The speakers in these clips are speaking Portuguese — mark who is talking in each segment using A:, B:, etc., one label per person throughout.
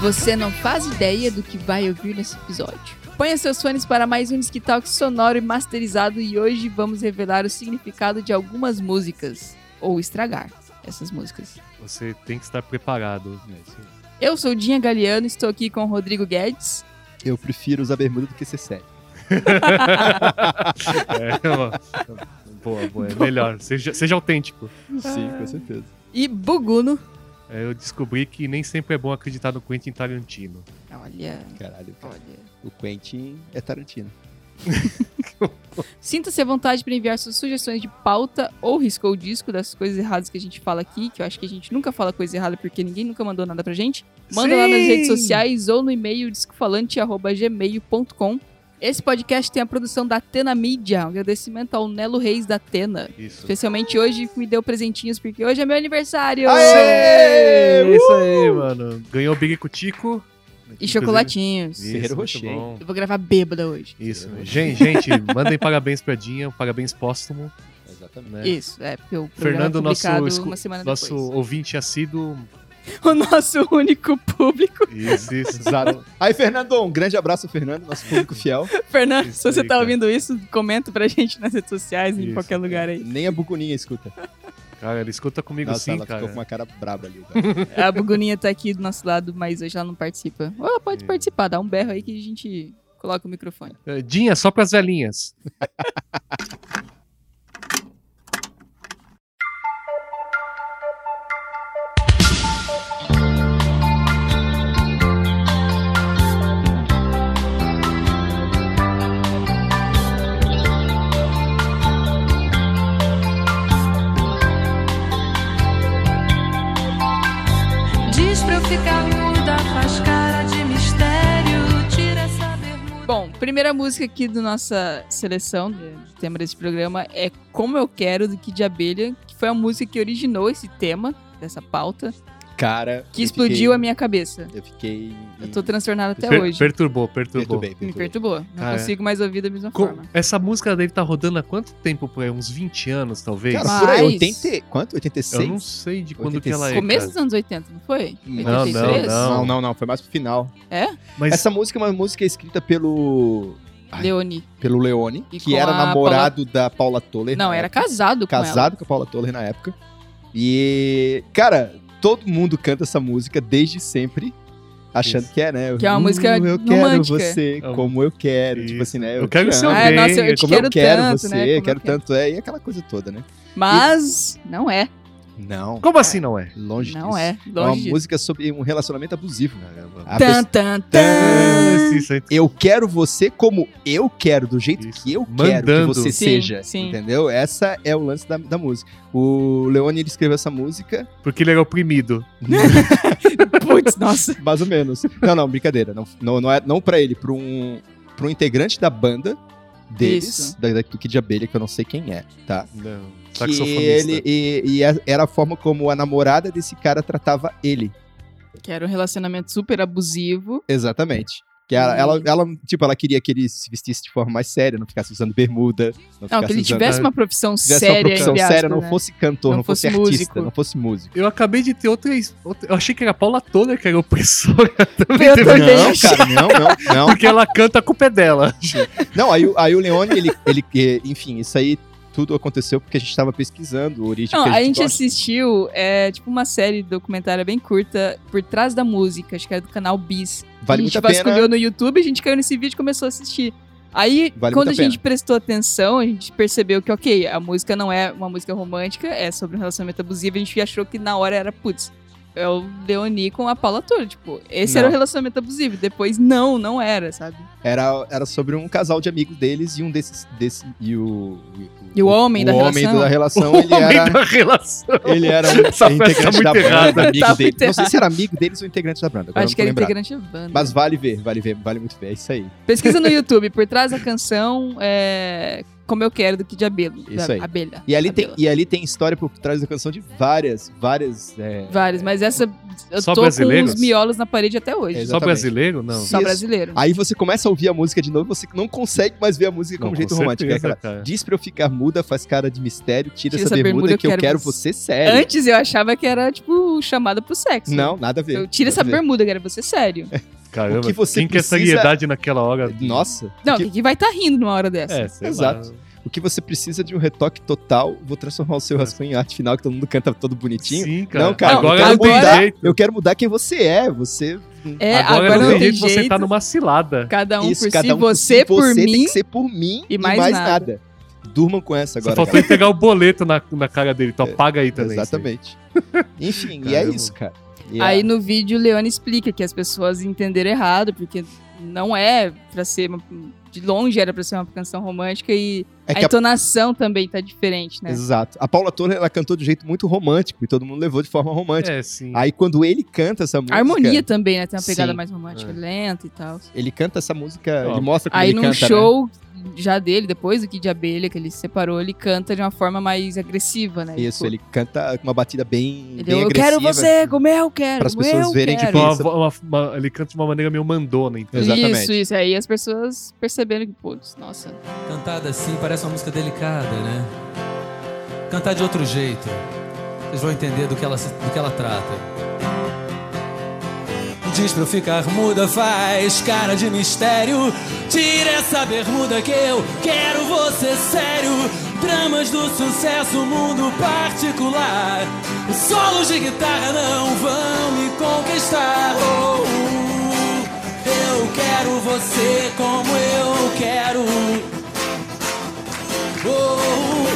A: Você não faz ideia do que vai ouvir nesse episódio. Ponha seus fones para mais um Disque Talk sonoro e masterizado e hoje vamos revelar o significado de algumas músicas. Ou estragar essas músicas.
B: Você tem que estar preparado. né? Isso-
A: Eu sou Dinha Galeano, estou aqui com o Rodrigo Guedes.
C: Eu prefiro usar bermuda do que ser sério.
B: É, ó. boa, boa. É melhor. Seja, seja autêntico.
C: Sim,
A: Ah.
C: com certeza.
A: E Buguno.
B: É, eu descobri que nem sempre é bom acreditar no Quentin Tarantino.
A: Olha,
C: Caralho, cara.
A: olha.
C: o Quentin é Tarantino.
A: Sinta-se à vontade para enviar suas sugestões de pauta ou riscou o disco das coisas erradas que a gente fala aqui, que eu acho que a gente nunca fala coisa errada porque ninguém nunca mandou nada pra gente. Manda lá nas
B: Sim!
A: redes sociais ou no e-mail discofalante.gmail.com. Esse podcast tem a produção da Atena Media. Um agradecimento ao Nelo Reis da Atena.
B: Isso.
A: Especialmente hoje que me deu presentinhos porque hoje é meu aniversário!
B: É
C: Aê!
B: isso aí, mano. Ganhou o Birico Tico.
A: E chocolatinhos.
B: Isso,
C: Ferreiro
B: muito
C: Rocher, hein?
B: bom.
A: Eu vou gravar bêbada hoje.
B: Isso.
C: Ferreiro
B: Gente, gente, mandem parabéns pra Dinha, um parabéns póstumo.
C: Exatamente.
B: Né?
A: Isso, é, porque o programa
B: Fernando,
A: é
B: nosso,
A: publicado
B: escu-
A: uma semana
B: nosso
A: depois.
B: ouvinte assíduo.
A: O nosso único público.
B: Isso, isso.
C: Exato. Aí, Fernando, um grande abraço, Fernando, nosso público fiel.
A: Fernando,
B: Isso
A: se você
B: aí,
A: tá
B: cara.
A: ouvindo isso, comenta pra gente nas redes sociais, em
B: Isso, é.
A: qualquer lugar é aí.
C: Nem a Buguninha escuta.
B: Cara, ele escuta comigo
C: Nossa,
B: sim,
C: ela
B: cara.
C: ficou com uma cara braba ali. cara.
A: A Buguninha tá aqui do nosso lado, mas hoje ela não participa. Ou ela pode
B: É.
A: participar, dá um berro aí que a gente coloca o microfone.
B: Eh, Dinha, só pras velhinhas.
D: Diz pra eu ficar muda, faz cara de mistério. Tira essa bermuda.
A: Bom, primeira música aqui da nossa seleção, do tema desse programa, é Como Eu Quero, do Kid Abelha, que foi a música que originou esse tema, dessa pauta,
C: Cara.
A: que
C: eu
A: explodiu
C: fiquei-
A: a minha cabeça.
C: Eu fiquei.
A: Eu tô transtornado até
B: Per-
A: hoje.
B: Perturbou, perturbou.
C: Perturbei,
A: Me
C: perturbei.
A: perturbou. Não
B: Cara,
A: consigo mais ouvir da mesma
B: Co-
A: forma.
B: Essa música deve estar rodando há quanto tempo? Por aí? Uns 20 anos, talvez?
C: Cara, por aí,
A: Mas-
C: 80. e- Quanto? 86?
B: eu não sei de quando que ela é.
A: Começo
B: cara.
A: dos anos 80, não foi?
B: Não,
A: 83?
B: não,
C: não, não, não, Foi mais pro final.
B: Mas
C: Essa música é uma música escrita pelo. Ai.
A: Leoni.
C: pelo Leone,
A: E
C: que
A: com
C: era
A: a
C: namorado da Paula Toller.
A: Não,
C: na
A: era
C: época.
A: casado com ela.
C: casado com a Paula Toller na época. E, cara, todo mundo canta essa música desde sempre. Achando
B: Isso.
C: que é, né?
A: Que é uma
C: "Uh,
A: música
C: Eu quero
A: romântica."
C: você
B: É um-
C: como eu quero.
B: Isso.
C: Tipo assim, né?
B: Eu quero
C: te
B: ser
C: amo,
B: alguém.
A: Ah, nossa, eu
B: é
A: te
C: Como
A: quero,
C: eu quero
A: tanto,
C: você,
A: né? Como
C: quero, tanto. É, e aquela coisa toda, né?
A: Mas não é,
C: Não,
B: Como assim não é?
C: longe disso.
A: não é.
C: É uma
A: Longe disso.
C: música sobre um relacionamento abusivo. A
A: Tan,
C: pessoa-
A: tan,
B: Ah,
A: tan.
B: sim, sim.
C: Eu quero você como eu quero, do jeito
B: Isso.
C: que eu quero
B: Mandando.
C: que você
A: Sim,
C: seja.
A: sim.
C: Entendeu? Essa é o lance da, da música. O Leone ele escreveu essa música.
B: Porque ele era oprimido.
A: Putz, nossa.
C: Mais ou menos. Não, não, brincadeira. Não, não, não, é, não pra ele, pra um, pra um integrante da banda deles,
A: Isso.
C: da, da, do Kid Abelha, que eu não sei quem é, tá?
B: Não.
C: Que
B: Saxofonista.
C: ele, e, e a- era a forma como a namorada desse cara tratava ele.
A: Que era um relacionamento super abusivo.
C: Exatamente. Que ela,
A: E-
C: ela, ela, tipo, ela queria que ele se vestisse de forma mais séria, não ficasse usando bermuda. Não,
A: Não,
C: ficasse
A: que ele
C: usando-
A: tivesse uma profissão
C: tivesse
A: séria,
C: uma profissão
A: entre
C: séria,
A: aspas,
C: não
A: né?
C: fosse cantor,
A: Não
C: não, fosse,
A: fosse
C: artista,
A: músico.
C: não fosse músico.
B: Eu acabei de ter outra, outra- Eu achei que era a Paula Toller que era opressora. também,
A: Eu
B: teve-
A: também
C: Não,
A: achei.
C: cara, não, não, não.
B: Porque ela canta, a culpa é dela.
C: Não, aí, o- aí o Leone, ele, ele, eh, enfim, isso aí tudo aconteceu porque a gente tava pesquisando o origem.
A: Não,
C: que
A: a gente
C: gosta.
A: assistiu, é, tipo, uma série documentária bem curta, Por Trás da Música, acho que era do canal Bis.
C: vale
A: a gente
C: muito a pena.
A: vasculhou no YouTube, a gente caiu nesse vídeo e começou a assistir. Aí,
C: Vale
A: quando a
C: muito a
A: gente prestou atenção, a gente percebeu que, ok, a música não é uma música romântica, é sobre um relacionamento abusivo, a gente achou que na hora era, putz, é o Leoni com a Paula Toller, tipo, esse era o
C: Não.
A: relacionamento abusivo, depois não, não era, sabe?
C: Era, era sobre um casal de amigos deles e um desses. Desse, e o.
A: E o homem da relação.
C: da relação,
B: o
C: ele
B: homem
C: era.
B: da relação.
C: Ele era um
B: Essa frase tá
C: integrante
B: muito
C: da
B: errada.
C: banda, amigo
A: Tá muito
C: dele. Não sei
A: errada.
C: se era amigo deles ou integrante da banda.
A: Acho
C: Agora não
A: que
C: tô
A: era
C: lembrado.
A: integrante da banda.
C: Mas vale ver, vale ver, vale muito ver. É isso aí.
A: Pesquisa no YouTube, por trás da canção, é... Como Eu Quero, do Kid Abelha.
C: Isso
A: da
C: aí.
A: Abelha.
C: E ali, tem,
A: Abelha.
C: e ali tem história por trás da canção de várias, várias. é,
A: Vários, mas essa... Eu
B: Só
A: tô
B: brasileiros?
A: com uns miolos na parede até hoje.
C: Exato.
B: Só
C: Exatamente.
B: brasileiro? Não.
A: Só
C: Isso.
A: brasileiro. né?
C: Aí você começa a ouvir a música de novo, você não consegue mais ver a música
B: Não,
C: como jeito
B: com
C: romântico. É
B: certeza,
C: aquela,
B: cara.
C: Diz pra eu ficar muda, faz cara de mistério, tira,
A: Tira
C: essa bermuda, que eu quero,
A: você."
C: você sério.
A: Antes eu achava que era, tipo, tipo chamada pro sexo.
C: É Não, nada a ver.
A: Eu tira essa
C: Nada a ver.
A: bermuda, cara, você sério.
C: É
B: Caramba,
C: O que você
B: quem
C: precisa-
B: quer seriedade naquela hora?
C: Nossa.
A: Não,
C: o que-
A: quem que vai tá rindo numa hora dessa?
B: É, sei
C: Exato.
B: lá.
C: O que você precisa de um retoque total, vou transformar o seu rascunho em arte final, que todo mundo canta todo bonitinho.
B: É. Sim, cara.
C: Não, cara,
B: agora
A: eu
B: não tem
A: agora-
B: jeito.
C: Eu quero mudar quem você é. Você.
A: É,
B: agora, não tem jeito, você
A: jeito.
B: tá numa cilada.
A: Cada um por si,
C: um
A: você
C: si,
A: por
C: você
A: mim.
C: tem que ser por mim
A: e
C: e
A: mais
C: mais,
A: nada.
C: nada. Durmam com essa
B: Só
C: agora.
B: faltou ele pegar o boleto na, na cara dele, então apaga aí
C: cara.
B: também. isso aí.
C: Exatamente. Enfim, e é
B: Caramba.
C: isso, cara. E
A: Aí
C: é-
A: no vídeo o Leone explica que as pessoas entenderam errado, porque não é pra ser uma- de longe era pra ser uma canção romântica e
C: é
A: a
C: que a-
A: entonação também tá diferente, né?
C: Exato. A Paula Torre, ela cantou de um jeito muito romântico e todo mundo levou de forma romântica.
B: É, sim.
C: Aí quando ele canta essa música.
A: A harmonia também, né? Tem uma pegada
C: Sim.
A: mais romântica,
B: É.
A: lenta e tal.
C: Ele canta essa música,
B: Ó.
C: ele mostra como
A: Aí
C: ele
A: num
C: canta. né?
A: show já dele, depois do Kid de Abelha, que ele se separou, ele canta de uma forma mais agressiva, né?
C: Isso,
A: Tipo,
C: ele canta com uma batida bem,
A: ele
C: bem
A: eu quero
C: agressiva.
A: você, como eu quero.
C: Pras
A: como
C: pessoas
A: eu
C: verem que
A: quero.
B: Tipo, uma
C: isso.
B: vo- uma- uma- ele canta de uma maneira meio mandona, então.
C: Exato. Exatamente.
A: Isso, isso. Aí as pessoas perceberam que, putz, nossa.
E: Cantada assim parece uma música delicada, né? Cantar de outro jeito. Vocês vão entender do que ela, se- do que ela trata. Diz pra eu ficar muda, faz cara de mistério. Tira essa bermuda que eu quero você sério. Dramas do sucesso, mundo particular. Os solos de guitarra não vão me conquistar. Oh, oh, eu quero você como eu quero. Oh,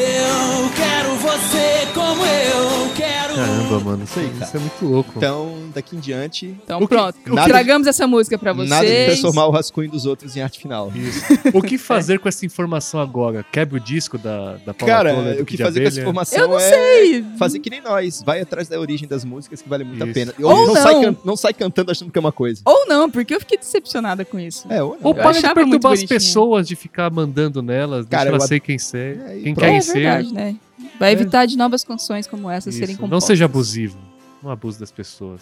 E: eu quero você como eu quero.
B: Caramba, mano. Isso,
C: Isso aí, cara.
B: isso é muito louco.
C: Então, daqui em diante,
A: Então
B: O que-
A: pronto,
C: nada de-
A: tragamos essa música pra vocês.
C: nada de transformar o rascunho dos outros em arte final.
B: Então, o que fazer com essa informação agora? Quebra o disco da, da Paula Toller,
C: Cara,
B: do
C: o que
B: Kid
C: fazer com essa
B: Abelha?
A: Eu
C: informação
A: não
C: é
A: sei.
C: fazer que nem nós. Vai atrás da origem das músicas que vale muito a
B: Isso.
C: pena.
A: Ou
C: não, sai
A: não.
C: can- não sai cantando achando que é uma coisa.
A: Ou não, porque eu fiquei decepcionada com isso.
C: É, ou não.
B: Ou
A: Eu
B: para de
A: achava muito
B: perturbar as
A: bonitinho.
B: pessoas de ficar mandando nelas,
C: Cara,
B: deixa ela
C: eu ad-
B: ser quem ser,
C: É, e
B: quem
C: pronto.
B: quer
A: é
B: ser.
A: verdade, né? Vai
B: É.
A: evitar de novas canções como essa
B: Isso,
A: serem
B: Não
A: compostas.
B: seja abusivo. Não abuse das pessoas.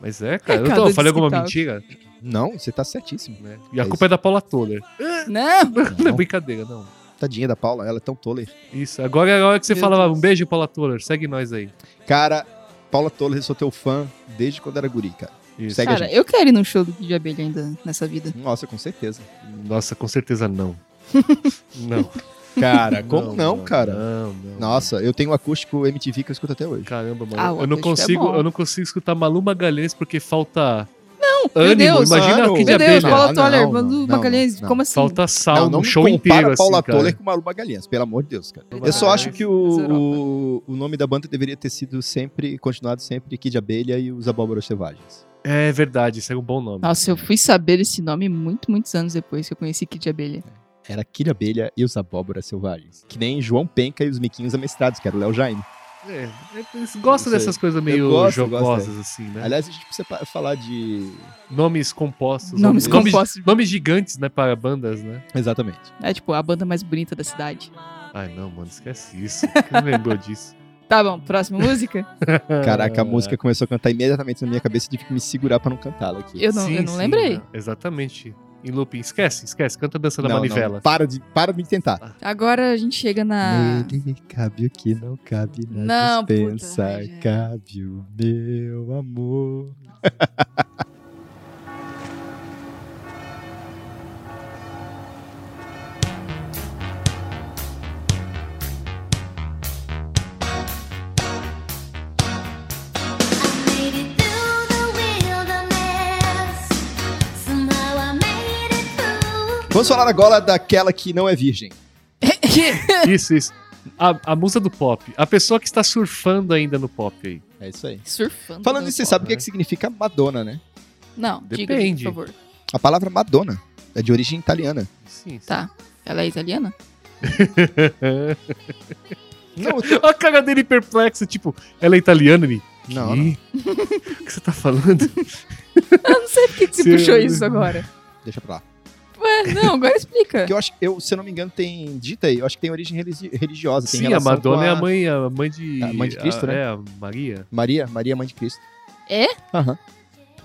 B: Mas é, cara. eu tô-
A: Recado
B: eu,
A: de
B: falei alguma
A: hospital.
B: mentira,
C: Não, você tá certíssimo.
B: né? E a
C: É
B: culpa é da Paula Toller.
A: Não,
B: Não, é
C: Não.
B: brincadeira, não.
C: Tadinha da Paula, ela é tão toler.
B: Isso. Agora é a hora que você
A: Meu
B: fala,
A: Deus.
B: um beijo, Paula Toller. Segue nós aí.
C: Cara, Paula Toller, eu sou teu fã desde quando era guri, cara.
B: Isso.
C: Segue.
A: cara, eu quero ir num show do Kid de Abelha ainda nessa vida.
C: Nossa, com certeza.
B: Nossa, com certeza não. não.
C: Cara, como Tá não,
B: mano,
C: cara?
B: Não, não.
C: Nossa, eu tenho um acústico MTV que eu escuto até hoje.
B: Caramba, mano.
A: Ah, o
B: eu, não
A: acústico é
B: consigo,
A: bom.
B: eu não consigo escutar Malu Magalhães porque falta
A: Não,
B: ânimo.
A: meu Deus.
B: Imagina
C: mano.
B: aqui de
A: Meu Deus,
B: abelha.
C: fala-
A: Paula
C: Ah, não,
A: Toller,
C: não,
A: Manu
C: não,
A: Magalhães,
C: não.
A: como assim?
B: Falta
C: Não,
B: sal,
C: não
B: um
C: me
B: show inteiro
C: compara
B: assim,
C: Paula
B: cara.
C: Toller com Malu Magalhães, pelo amor de Deus, cara. Eu só
A: Magalhães,
C: acho que
A: Europa.
C: o, o nome da banda deveria ter sido sempre, continuado sempre, Kid Abelha e os Abóboras Selvagens.
B: É verdade, isso é um bom nome.
A: Nossa, eu fui saber esse nome muito, muitos anos depois que eu conheci Kid de Abelha.
C: Era Kid Abelha e os Abóboras Selvagens. Que nem João Penca e os Miquinhos Amestrados, que era o Léo Jaime.
B: É, eles gostam
C: Não sei.
B: dessas coisas meio
C: Eu gosto,
B: jocosas,
C: gosto,
B: assim, né?
C: Aliás, a gente precisa pa- falar de...
B: Nomes compostos.
A: Nomes
B: nomes-
A: compostos.
B: Nomes gigantes, né, para bandas, né?
C: Exatamente.
A: É tipo a banda mais bonita da cidade.
B: Ai, não, mano, esquece isso. Quem lembrou disso?
A: Tá bom, próxima música?
B: É.
A: Ah.
C: Caraca, a música começou a cantar imediatamente na minha cabeça e tive que me segurar pra não cantá-la aqui.
A: Eu não, eu não lembrei.
B: Exatamente. Em looping. Esquece, esquece. Canta a dança da
C: Não, não,
B: manivela.
C: para, de, para de tentar.
A: Agora a gente chega na.
C: Nele cabe o que não cabe na
A: Ah. Não, puta,
C: dispensa,
A: ai, gente.
C: cabe o meu amor.
F: Made it through the wilderness. Somehow I made it through.
C: Vamos falar agora daquela que não é virgem.
B: Isso, isso. A, a musa do pop. A pessoa que está surfando ainda no pop aí.
C: É isso aí.
A: Surfando.
C: Falando nisso, você sabe o que, é que significa Madonna, né?
A: Não, diga,
B: Depende.
A: por favor.
C: A palavra Madonna é de origem italiana.
B: Sim. sim.
A: Tá. Ela é italiana?
C: Não,
B: Olha a cara dele perplexa, tipo, ela é italiana, ele.
C: não, não.
B: "Quê? O que você tá falando?
A: Eu não sei por que, que você
B: Sim,
A: puxou
B: eu-
A: isso agora.
C: deixa pra lá.
A: Ué, não, agora explica.
C: Porque eu acho, eu, se eu não me engano, tem dita aí, eu acho que tem origem religi- religiosa. tem
B: Sim, a
C: relação
B: Madonna
C: com
B: é a mãe, a mãe de.
C: A mãe de Cristo,
B: a-
C: né?
B: É, a Maria,
C: Maria, Maria, mãe de Cristo.
A: É?
C: Aham.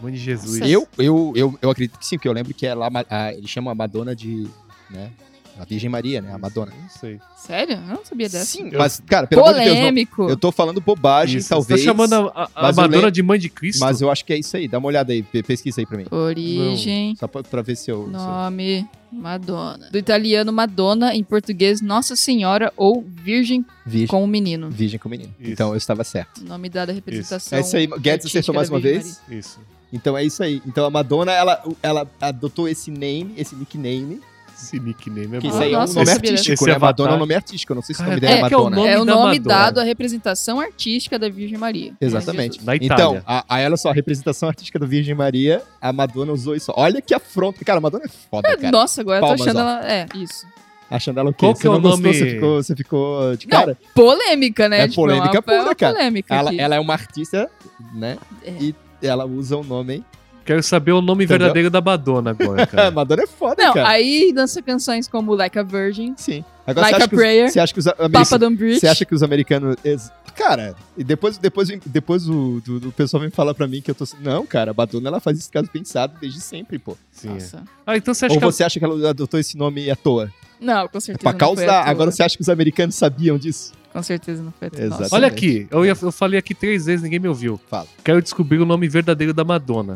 B: mãe de Jesus.
A: Nossa.
C: é Eu, eu, eu, eu acredito que sim, porque eu lembro que ela, a, ele chama a Madonna de. Né? A Virgem Maria, né? A Madonna.
B: Não sei.
A: Sério? Eu não sabia dessa.
C: Sim,
B: Eu-
C: mas, cara, pelo amor de Deus, não-
A: Polêmico.
C: eu tô falando bobagem,
B: Isso,
C: talvez.
B: Você tá chamando a, a- a
C: mas eu
B: Madonna
C: lembro-
B: de Mãe de Cristo?
C: Mas eu acho que é isso aí. Dá uma olhada aí, pe- pesquisa aí pra mim.
A: Origem,
C: Só pra, pra ver se eu. se eu-
A: nome, Madonna. Do italiano Madonna, em português Nossa Senhora ou Virgem
C: Virgem,
A: com o Menino.
C: virgem com menino.
B: Isso.
C: Então eu estava certo.
A: O nome da representação.
C: É isso aí, Guedes
A: artística
C: acertou mais
A: da
C: uma
A: Virgem
C: vez.
B: Isso.
C: Então é isso aí. Então a Madonna, ela, ela adotou esse name, esse nickname.
B: Esse nickname é
C: Que
B: bom.
C: isso aí é um
A: Nossa,
C: nome
A: esse-
C: artístico,
B: esse
C: né?
B: avatar.
C: Madonna é um nome artístico. Eu não sei se o nome
B: Cara,
C: dela é
A: é
B: que é o
C: Madonna.
B: nome-
A: Maria. É o
B: da
A: nome
B: Madonna.
A: dado à representação artística da Virgem Maria.
C: Exatamente.
B: Na
C: Então,
B: Itália.
C: a, aí olha só, a representação artística da Virgem Maria, a Madonna usou isso. Olha que afronta. Cara, a Madonna é foda, cara.
A: Nossa, agora eu
C: Palmas,
A: tô achando
C: ó.
A: ela. É, isso.
C: Achando ela o quê?
B: Qual que
C: Você
B: é
C: não
B: o
C: gostou,
B: nome-
C: Você ficou, você ficou de
A: Não,
C: cara.
A: Polêmica, né?
C: É polêmica
A: uma- é uma
C: pura, cara.
A: polêmica
C: ela,
A: aqui.
C: ela é uma artista, né?
A: É.
C: E ela usa o nome,
B: Quero saber o nome
C: Entendeu?
B: verdadeiro da Madonna agora,
C: hein? A
B: cara.
C: Madonna é foda,
A: Não,
C: cara.
A: aí dança canções como Like a Virgin,
C: Sim. Agora,
A: Like
C: você acha
A: a
C: que
A: Prayer,
C: Os, você acha que os americanos...
A: Papa Don't Breach.
C: Você acha que os americanos... ex- Cara, e depois, depois, depois o, do- do pessoal vem falar pra mim que eu tô... Não, cara, a Madonna, ela faz esse caso pensado desde sempre, pô.
B: Sim, é.
A: Nossa.
B: Ah, então você acha
C: Ou
B: que ela-
C: você acha que ela adotou esse nome à toa?
A: Não, com
C: É
A: certeza.
C: pra
A: não foi à
C: causar.
A: toa.
C: Agora você acha que os americanos sabiam disso?
A: Com certeza não foi. à toa.
C: Exato.
A: Nossa.
B: Olha aqui, eu, ia- eu falei aqui três vezes, ninguém me ouviu.
C: Fala.
B: Quero descobrir o nome verdadeiro da Madonna.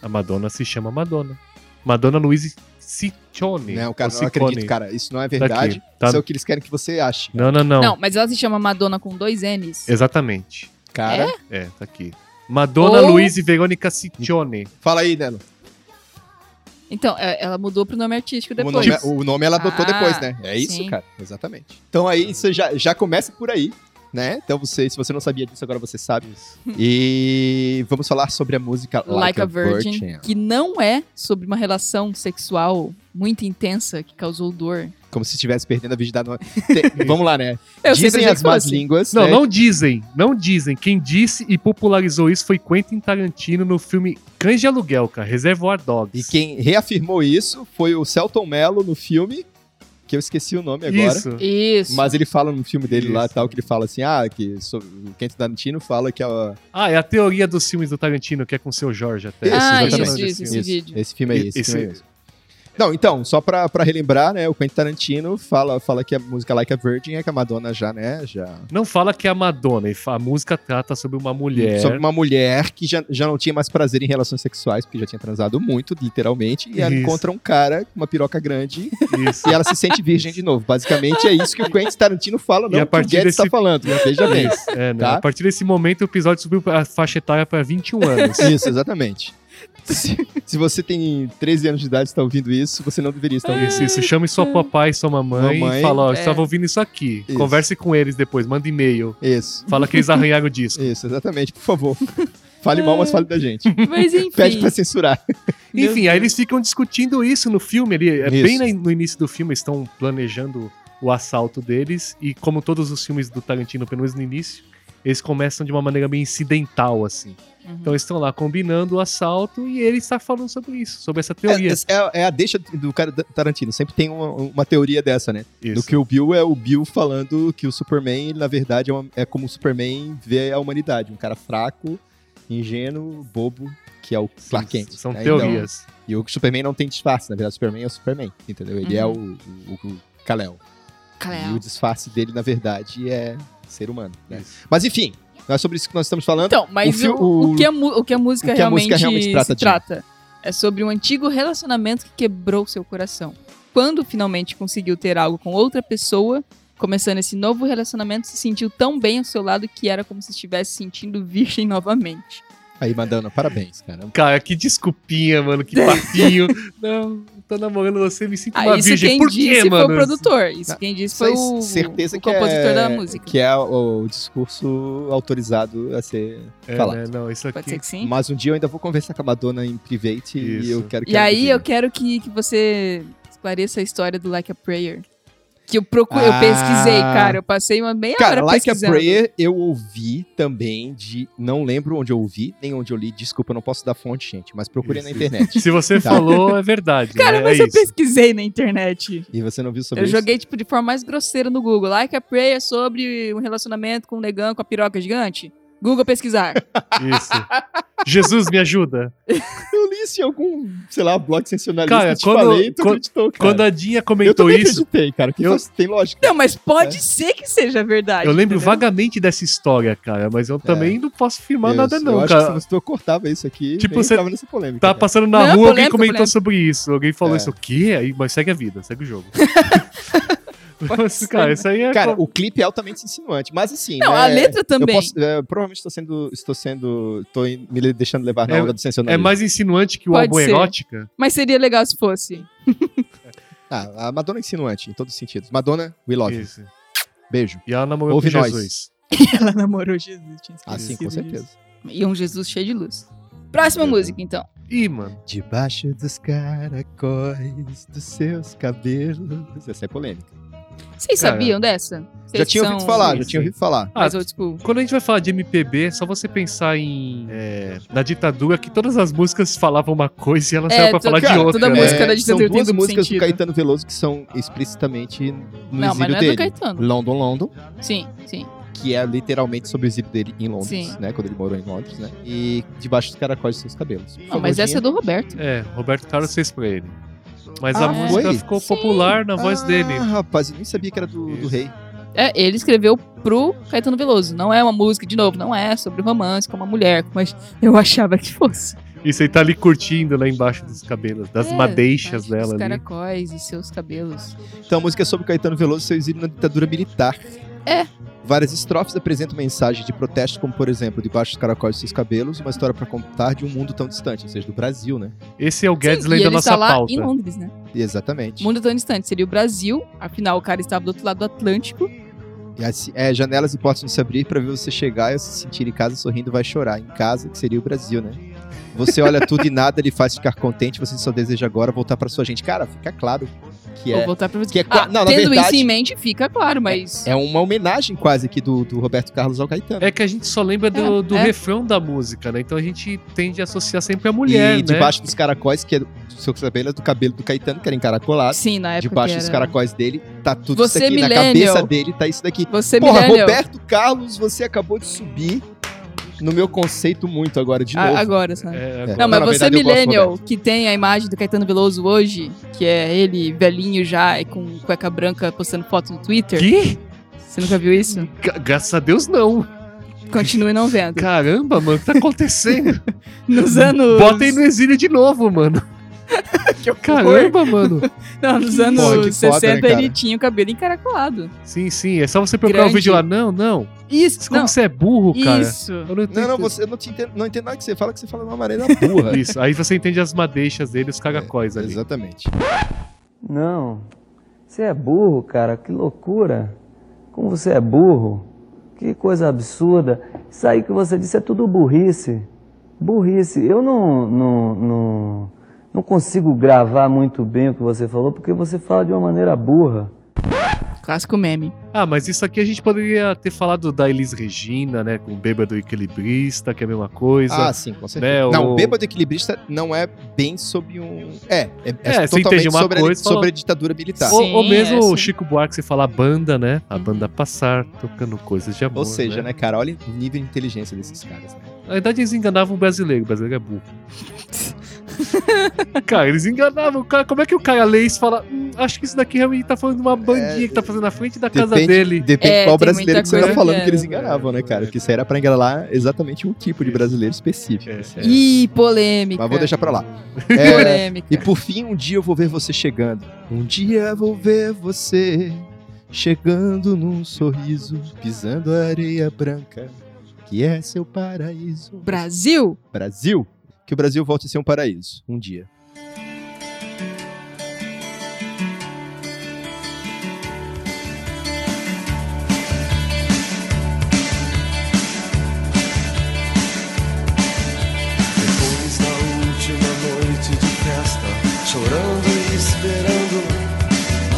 B: A Madonna se chama Madonna. Madonna Luiz Ciccione.
C: Não,
B: Ou
C: cara, não
B: Ciccone.
C: acredito, cara. Isso não é
B: Tá aqui,
C: verdade.
B: tá?
C: Isso é o que eles querem que você ache.
B: Não, não, não.
A: Não, mas ela se chama Madonna com dois N's.
B: Exatamente.
C: Cara,
B: É, tá aqui. Madonna
C: Oh!
A: Ou-
B: Luiz Verônica Ciccione.
C: fala aí, Nelo.
A: Então, é, ela mudou pro nome artístico
C: O
A: depois.
C: nome, é o nome ela adotou
A: Ah,
C: depois, né? É isso,
A: sim.
C: cara. Exatamente. Então aí você já, já começa por aí, né? Então você, se você não sabia disso, agora você sabe. E vamos falar sobre a música
A: Like a Virgin, que não é sobre uma relação sexual muito intensa que causou dor.
C: Como se estivesse perdendo a virgindade. no- Tem- vamos lá, né? Dizem
A: jeito
C: as
A: que fala
C: más
A: assim.
C: línguas.
B: Não,
C: né?
B: não dizem, não dizem. Quem disse e popularizou isso foi Quentin Tarantino no filme Cães de Aluguel, cara, Reservoir Dogs.
C: E quem reafirmou isso foi o Celton Mello no filme, que eu esqueci o nome é agora.
B: Isso.
A: Isso.
C: Mas ele fala no filme dele lá
B: Isso.
C: tal, que ele fala assim, ah, que so, o Quentin Tarantino fala que a,
B: Ah, é a teoria dos filmes do Tarantino, que é com o seu Jorge até.
A: Ah,
B: Esse
A: isso,
B: exatamente.
A: isso, esse vídeo.
C: Esse filme aí, esse,
B: Esse-
C: filme é aí mesmo. Não, então, só pra, pra relembrar, né, o Quentin Tarantino fala, fala que a música Like a Virgin é que a Madonna já, né, já...
B: Não fala que é a Madonna, e fa- a música trata sobre uma mulher.
C: Sobre uma mulher que já, já não tinha mais prazer em relações sexuais, porque já tinha transado muito, literalmente, e ela
B: Isso.
C: encontra um cara com uma piroca grande
B: Isso.
C: e ela se sente virgem de novo. Basicamente é isso que o Quentin Tarantino fala, não
B: E a
C: o que o
B: partir
C: Guedes tá
B: desse-
C: falando, né? veja bem.
B: É, né?
C: Tá.
B: A partir desse momento, o episódio subiu a faixa etária pra 21 anos.
C: Isso, exatamente. Se, se você tem 13 anos de idade e está ouvindo isso, você não deveria estar ouvindo
B: Então, Isso, isso. Chame sua papai e sua mamãe,
C: Mamãe.
B: e fala, ó, eu
A: É.
B: estava ouvindo isso aqui.
C: Isso.
B: Converse com eles depois, manda e-mail.
C: isso.
B: Fala que eles arranharam o disco.
C: Isso, exatamente, por favor. Fale mal, mas fale da gente.
A: Mas
C: Pede pra
A: enfim.
C: censurar.
A: Meu
B: Enfim, aí eles ficam discutindo isso no filme. Ele, é
C: Isso.
B: bem na- no início do filme, eles estão planejando o assalto deles. E como todos os filmes do Tarantino, pelo menos no início, eles começam de uma maneira meio incidental, assim.
A: Uhum.
B: Então eles estão lá combinando o assalto e ele está falando sobre isso, sobre essa
C: É,
B: teoria.
C: é- é a deixa do cara da- Tarantino. Sempre tem uma, uma teoria dessa, né? Do
B: Isso.
C: que o Bill é o Bill falando que o Superman, ele, na verdade, é, uma- é como o Superman vê a humanidade. Um cara fraco, ingênuo, bobo, que é o Clark Kent.
B: São
C: né? Então,
B: teorias.
C: E o Superman não tem disfarce, na verdade, o Superman é o Superman, entendeu? Ele é o, o, o Kal-El. E o
A: Cleo.
C: disfarce dele, na verdade, é ser humano. Né?
B: Isso.
C: Mas enfim, não é sobre isso que nós estamos falando.
A: Então, mas
C: o fi-
A: o, o
C: o-
A: que a, mu- o que a música
C: o que a
A: realmente,
C: música realmente
A: se
C: trata,
A: trata,
C: Tim?
A: é sobre um antigo relacionamento que quebrou seu coração. Quando finalmente conseguiu ter algo com outra pessoa, começando esse novo relacionamento, se sentiu tão bem ao seu lado que era como se estivesse sentindo virgem novamente.
C: Aí, Madonna, parabéns, cara.
B: Cara, que desculpinha, mano, que papinho. não, tô namorando você, me sinto
A: Ah,
B: uma
A: isso
B: virgem.
A: quem
B: Por
A: disse
B: quê,
A: foi
B: mano?
A: o produtor. Isso
C: Não,
A: quem disse
C: isso
A: foi
C: aí,
A: o,
C: certeza
A: o
C: que é-
A: compositor da música.
C: Que é o, o discurso autorizado a ser
B: É,
C: falado.
B: né, não, isso
A: Pode ser
B: aqui.
A: que sim.
C: Mas um dia eu ainda vou conversar com a Madonna em private e
B: Isso.
C: eu quero que é
A: E
C: ela
A: aí
C: diga.
A: eu quero que, que você esclareça a história do Like a Prayer. Que eu procurei,
C: Ah.
A: eu pesquisei, cara. Eu passei uma meia
C: Cara,
A: hora
C: Like a
A: pesquisando.
C: Prayer eu ouvi também de... Não lembro onde eu ouvi, nem onde eu li. Desculpa, eu não posso dar fonte, gente. Mas procurei na
B: Isso.
C: internet.
B: Se você
C: Tá.
B: falou, é verdade.
A: Cara,
B: né?
A: mas
B: é
A: eu
B: isso.
A: pesquisei na internet.
C: E você não viu
A: Eu
C: sobre isso?
A: joguei, tipo, de é forma mais grosseira no Google. Like a Prayer sobre um relacionamento com um negão com a piroca gigante. Google pesquisar.
B: Isso. Jesus, me ajuda.
C: Eu li isso em algum, sei lá, blog sensacionalista
B: Cara,
C: cara, te
B: quando-
C: falei, então tu
B: quando-
C: acreditou, cara.
B: Quando a Dinha
C: eu
B: comentou
C: também um
B: isso,
C: acreditei, cara, que
B: Eu-
C: faz- tem lógica.
A: Não, mas
C: É.
A: pode ser que seja verdade.
B: eu lembro
A: entendeu?
C: né?
B: vagamente dessa história, cara, mas eu também não posso afirmar
C: Eu-
B: nada, não,
C: É. eu
B: cara.
C: Acho que se você- eu cortava isso aqui,
B: Tipo,
C: nem
B: você
C: entrava nessa polêmica.
B: Tá
C: cara.
B: passando na
A: Não,
B: rua, alguém
A: polêmica,
B: comentou
A: polêmica.
B: sobre isso. Alguém falou
C: É.
B: isso, o quê? Aí, mas segue a vida, segue o jogo. Mas, cara, isso aí é.
C: Cara,
B: co-
C: o clipe é altamente insinuante, mas assim.
A: Não,
C: né,
A: a letra também.
C: Eu posso- é, provavelmente estou sendo. Estou sendo. Estou me deixando levar na
B: É-
C: onda do
B: é
C: sensacionalismo.
B: mais insinuante que o
A: Pode
B: álbum é
A: ser.
B: Erótica.
A: Mas seria legal se fosse.
C: Ah, a Madonna é insinuante, em todos os sentidos. Madonna, we love. you.
B: Isso.
C: Beijo.
B: E ela namorou
C: Ouve
B: com
C: nós.
B: Jesus.
A: Ela namorou Jesus. Tinha
C: Ah, sim,
A: esquecido
C: com
A: disso.
C: certeza.
A: E um Jesus cheio de luz. Próxima
C: Uhum.
A: música, então.
B: Ih, mano.
C: Debaixo dos caracóis dos seus cabelos. Essa é polêmica.
A: Vocês
B: Cara,
A: sabiam dessa?
C: já
A: Vocês
C: tinha
A: são
C: ouvido falar, já
B: isso,
C: tinha
B: hein?
C: ouvido falar.
A: Mais
B: Ah,
A: old school.
B: Quando a gente vai falar de MPB, é só você pensar em. é, na ditadura, que todas as músicas falavam uma coisa e ela
A: É,
B: saiu pra
A: toda-
B: falar de
A: cara,
B: outra.
A: toda
B: né?
A: música da
C: É, são
A: ditadura tem
C: duas
A: duplo
C: músicas
A: sentido.
C: do Caetano Veloso que são explicitamente no
A: Não, mas
C: exílio
A: não é do
C: dele.
A: Caetano.
C: London, London,
A: Sim, sim.
C: que é literalmente sobre o exílio dele em Londres,
A: Sim.
C: né? Quando ele morou em Londres, né? E debaixo dos caracóis dos seus cabelos. Por
A: Não,
C: favor,
A: mas essa é
C: Dinha.
A: do Roberto.
B: É, Roberto Carlos fez pra ele. Mas
C: Ah,
B: a música
C: foi?
B: ficou
A: Sim.
B: popular na voz
C: ah,
B: dele.
C: rapaz, eu nem sabia que era do, do
B: Isso.
C: rei.
A: É, ele escreveu pro Caetano Veloso. Não é uma música, de novo, não é sobre romance com uma mulher, mas eu achava que fosse.
B: E você tá ali curtindo lá embaixo dos cabelos, das
A: É,
B: madeixas
A: acho que
B: dela
A: Os
B: ali.
A: caracóis e seus cabelos.
C: Então a música é sobre Caetano Veloso e seu exílio na ditadura militar.
A: É.
C: Várias estrofes apresentam mensagens de protesto, como por exemplo, debaixo dos caracóis de seus cabelos, uma história pra contar de um mundo tão distante, ou seja, do Brasil, né?
B: Esse é o Guedes
A: e
B: lendo a
A: ele
B: nossa
A: está lá
B: pauta.
A: em Londres, né?
C: Exatamente.
A: Mundo tão distante. Seria o Brasil, afinal o cara estava do outro lado do Atlântico.
C: E assim, é, janelas e portas vão se abrir pra ver você chegar e se sentir em casa sorrindo vai chorar. Em casa, que seria o Brasil, né? Você olha tudo e nada lhe faz ficar contente, você só deseja agora voltar pra sua gente. Cara, fica claro que
A: Vou
C: é,
A: voltar pra você.
C: que é qua-
A: Ah,
C: não, na
A: tendo
C: verdade-
A: isso em mente, fica claro, mas.
C: é uma homenagem quase aqui do, do Roberto Carlos ao Caetano.
B: É que a gente só lembra do,
A: É,
B: do
A: é.
B: refrão da música, né? Então a gente tende a associar sempre a mulher, né?
C: e debaixo dos caracóis, que é do, do seu cabelo, do cabelo do Caetano, que era encaracolado.
A: Sim, na época.
C: debaixo
A: que
C: dos
A: era...
C: caracóis dele, tá tudo
A: Você,
C: isso aqui. Na
A: millennial.
C: cabeça dele tá isso daqui.
A: Você
C: Porra,
A: millennial.
C: Roberto Carlos, você acabou de subir no meu conceito muito agora, de
A: A-
C: novo.
A: Ah, agora, sabe?
B: É,
C: É.
B: agora-
A: Não, mas
C: na
A: você
C: verdade, eu gosto do
A: millennial,
C: Roberto.
A: que tem a imagem do Caetano Veloso hoje, que é ele velhinho já e com cueca branca postando foto no Twitter.
B: Que?
A: Você nunca viu isso?
B: Gra- graças a Deus não.
A: Continue não vendo.
B: Caramba, mano, o que tá acontecendo?
A: Nos anos.
B: Botem no exílio de novo, mano. Caramba, mano.
A: Não, nos
B: Que
A: anos
C: foda, que foda,
A: 60
C: né, cara?
A: ele tinha o cabelo encaracolado.
B: Sim, sim. É só você procurar o
A: Grande.
B: vídeo lá. Não, não.
A: Isso,
B: Como
A: não,
B: você é burro, cara.
A: isso.
B: Eu não,
C: Não,
B: tenho-
C: não, você, eu não, te entendo, não entendo nada que você fala, que você fala de uma maneira burra.
B: Isso. Aí você entende as madeixas dele,
C: É,
B: os caracóis ali.
C: Exatamente.
G: Não, você é burro, cara, que loucura. Como você é burro, que coisa absurda. Isso aí que você disse é tudo burrice. Burrice. Eu não, não, não, não consigo gravar muito bem o que você falou porque você fala de uma maneira burra.
A: Clássico meme.
B: Ah, mas isso aqui a gente poderia ter falado da Elis Regina, né? Com Bêbado Equilibrista, que é a mesma coisa.
C: Ah, sim, com
B: Né,
C: certeza.
B: o-
C: Não, o bêbado equilibrista não é bem sobre um. É, é, é
B: É, você entende
C: totalmente
B: uma
C: sobre, a,
B: coisa e fala-
C: sobre a ditadura militar.
A: Sim,
B: ou, ou mesmo
A: é,
B: o
A: sim.
B: Chico Buarque, você fala a banda, né? A banda passar, tocando coisas de amor.
C: Ou seja, né, cara, olha o nível de inteligência desses caras, né?
B: Na verdade, eles enganavam o brasileiro. O brasileiro é burro. cara, eles enganavam o cara. Como é que o cara lê isso e fala. "Hum, acho que isso daqui realmente tá falando de uma bandinha que tá fazendo na frente da casa dele.
C: É, depende
A: É,
C: qual
A: tem
C: brasileiro
A: muita
C: que você tá
A: coisa
C: falando
A: que
C: que eles
A: é.
C: enganavam, né, cara?
B: É.
C: Porque isso aí era pra enganar exatamente um tipo de brasileiro específico.
B: É.
C: assim.
A: Ih, polêmica.
C: Mas vou deixar pra lá. É,
A: Polêmica.
C: e por fim, um dia eu vou ver você chegando. Um dia vou ver você chegando num sorriso, pisando a areia branca, que é seu paraíso.
A: Brasil?
C: Brasil, que o Brasil volte a ser um paraíso, um dia.
H: Depois da última noite de festa, chorando e esperando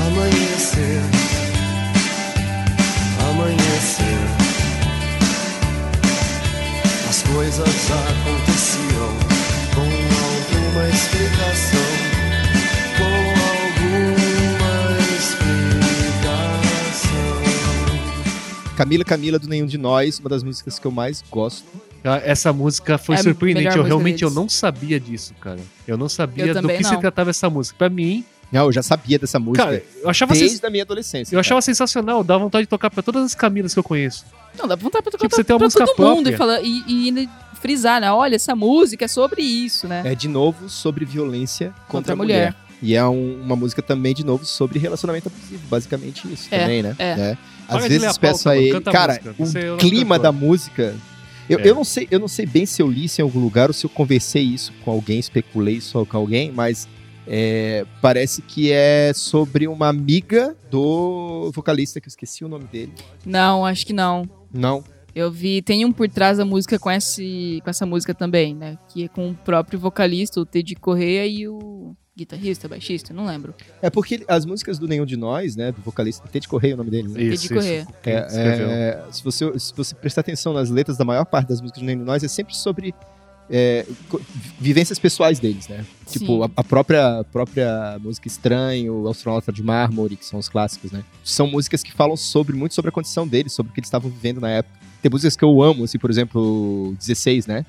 H: amanhecer. Amanhecer. As coisas aconteciam com alguma explicação. Com alguma explicação.
C: Camila Camila do Nenhum de Nós, uma das músicas que eu mais gosto.
B: Ah, Essa música foi
A: É a
B: surpreendente.
A: melhor
B: Eu
A: música
B: realmente eu
A: deles.
B: não sabia disso, cara. Eu não sabia
A: Eu
B: do
A: também
B: que se
A: não.
B: tratava essa música. Pra mim,
C: Não, eu já sabia dessa música
B: cara, eu achava,
C: desde
B: sens-
C: a minha adolescência.
B: eu achava sensacional. Dava vontade de tocar pra todas as Camilas que eu conheço.
A: Não, dá vontade pra tocar
B: Tipo, você tem
A: pra,
B: uma música
A: todo mundo
B: própria.
A: e, falar, e, e ainda frisar, né? Olha, essa música é sobre isso, né?
C: É de novo sobre violência contra,
A: Contra
C: a
A: a
C: mulher. E é um- uma música também, de novo, sobre relacionamento abusivo. Basicamente isso
A: É,
C: também, né?
A: é.
C: Às
B: Para de ler
C: vezes
B: a pauta,
C: peço a
B: mano,
C: ele.
B: canta a
C: Cara,
B: música. Você é
C: o
B: um
C: clima
B: cantor.
C: da música. Eu,
B: É.
C: eu, não sei, eu não sei bem se eu li isso em algum lugar ou se eu conversei isso com alguém, especulei isso com alguém, mas é, parece que é sobre uma amiga do vocalista, que eu esqueci o nome dele.
A: Não, acho que não.
C: Não.
A: Eu vi, tem um por trás da música com, esse, com essa música também, né? Que é com o próprio vocalista, o Teddy Correia e o guitarrista, baixista, não lembro.
C: É porque ele- as músicas do Nenhum de Nós, né? Do vocalista, Tete Correia é o nome dele, né?
A: de correr.
B: Quem
C: É,
B: escreveu.
C: é, se, você, se você prestar atenção nas letras da maior parte das músicas do Nenhum de Nós, é sempre sobre é, co- vivências pessoais deles, né?
A: Sim.
C: Tipo, a, a própria, a própria música Estranho, Astronauta de Mármore, que são os clássicos, né? São músicas que falam sobre muito sobre a condição deles, sobre o que eles estavam vivendo na época. Tem músicas que eu amo, assim, por exemplo, 16, né?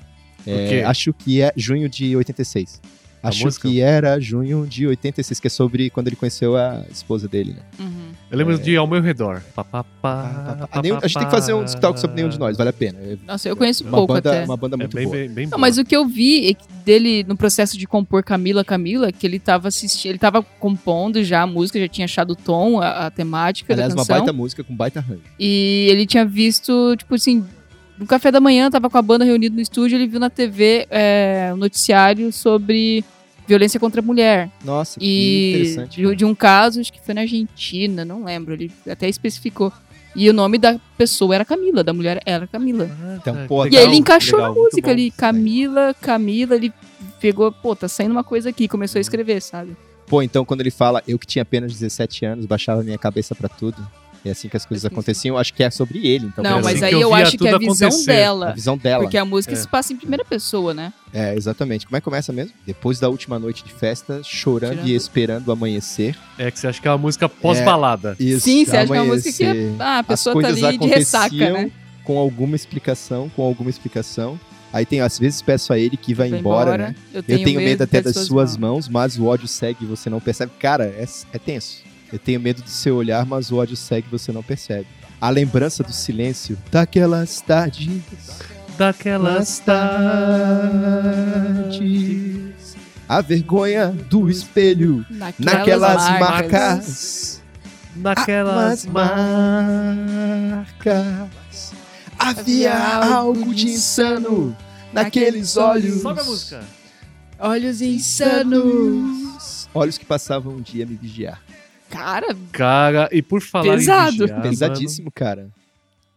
C: É,
B: quê?
C: acho que é junho de 86.
B: A
C: acho
B: música?
C: que era junho de 86, que é sobre quando ele conheceu a esposa dele, né?
A: Uhum.
B: Eu lembro de Ao Meu Redor. Pá, pá,
C: Ah,
B: pá,
C: tá, tá.
B: pá,
C: Nenhum- a gente tem que fazer um
B: pá.
C: talk sobre nenhum de nós, vale a pena. É
A: Nossa, eu conheço
C: uma
A: pouco
C: banda,
A: até.
C: uma banda
B: É
C: muito
B: bem,
C: boa.
B: bem, bem
A: Não,
B: boa.
A: mas o que eu vi é que dele no processo de compor Camila Camila, que ele tava assistindo, ele tava compondo já a música, já tinha achado o tom, a, a temática
C: Aliás,
A: da
C: uma
A: canção.
C: baita música com baita arranjo.
A: E ele tinha visto, tipo assim, no café da manhã, tava com a banda reunida no estúdio, ele viu na TV é, um noticiário sobre violência contra a mulher.
C: Nossa, que
A: E
C: interessante. né?
A: de, de um caso, acho que foi na Argentina, não lembro, ele até especificou. E o nome da pessoa era Camila, da mulher era Camila.
B: Ah,
C: Então,
B: tá,
C: pô,
B: legal,
A: E aí ele encaixou
C: legal,
A: na
C: muito
A: música
C: bom
A: ali,
C: isso daí.
A: Camila, Camila, ele pegou, pô, tá saindo uma coisa aqui, começou a escrever, sabe?
C: Pô, então quando ele fala, eu que tinha apenas 17 anos, baixava minha cabeça pra tudo. É assim que as coisas
A: Assim,
C: aconteciam. Acho que é sobre ele, então.
A: não,
C: por
A: mas
B: assim
A: aí
C: exemplo.
B: que eu
A: eu,
B: via
A: acho que é a
B: tudo
A: visão
B: acontecer.
C: A
A: dela.
C: visão dela.
A: Porque a música
B: É.
A: se passa em primeira pessoa, né?
C: É, exatamente. Como é que começa mesmo? Depois da última noite de festa, chorando
A: Tirando-
C: e esperando amanhecer.
B: É que você acha que é uma música pós-balada.
C: Isso,
A: Sim, você acha que é uma música que
C: amanhecer.
A: ah, a
C: as
A: pessoa tá
C: coisas
A: ali de
C: aconteciam
A: ressaca, né?
C: com alguma explicação, com alguma explicação. Aí tem, às vezes peço a ele que vá
A: Vai
C: embora, né?
A: Eu
C: Eu tenho medo, até das suas
A: mãos.
C: mãos, mas o ódio segue e você não percebe. Cara, é, é tenso. Eu tenho medo do seu olhar, mas o ódio segue e você não percebe. A lembrança do silêncio daquelas tardes.
B: Daquelas
C: tá
B: tardes.
C: A vergonha do espelho naquelas
A: Naquelas marcas.
C: marcas.
B: Naquelas
C: Ah, Mas
B: marcas.
C: marcas. Havia algo de insano naqueles olhos.
B: Sobe a música.
A: Olhos insanos.
C: Olhos que passavam um dia me vigiar.
A: Cara,
B: Cara, e por falar
A: Pesado.
B: em vigiar,
C: Pesadíssimo, cara.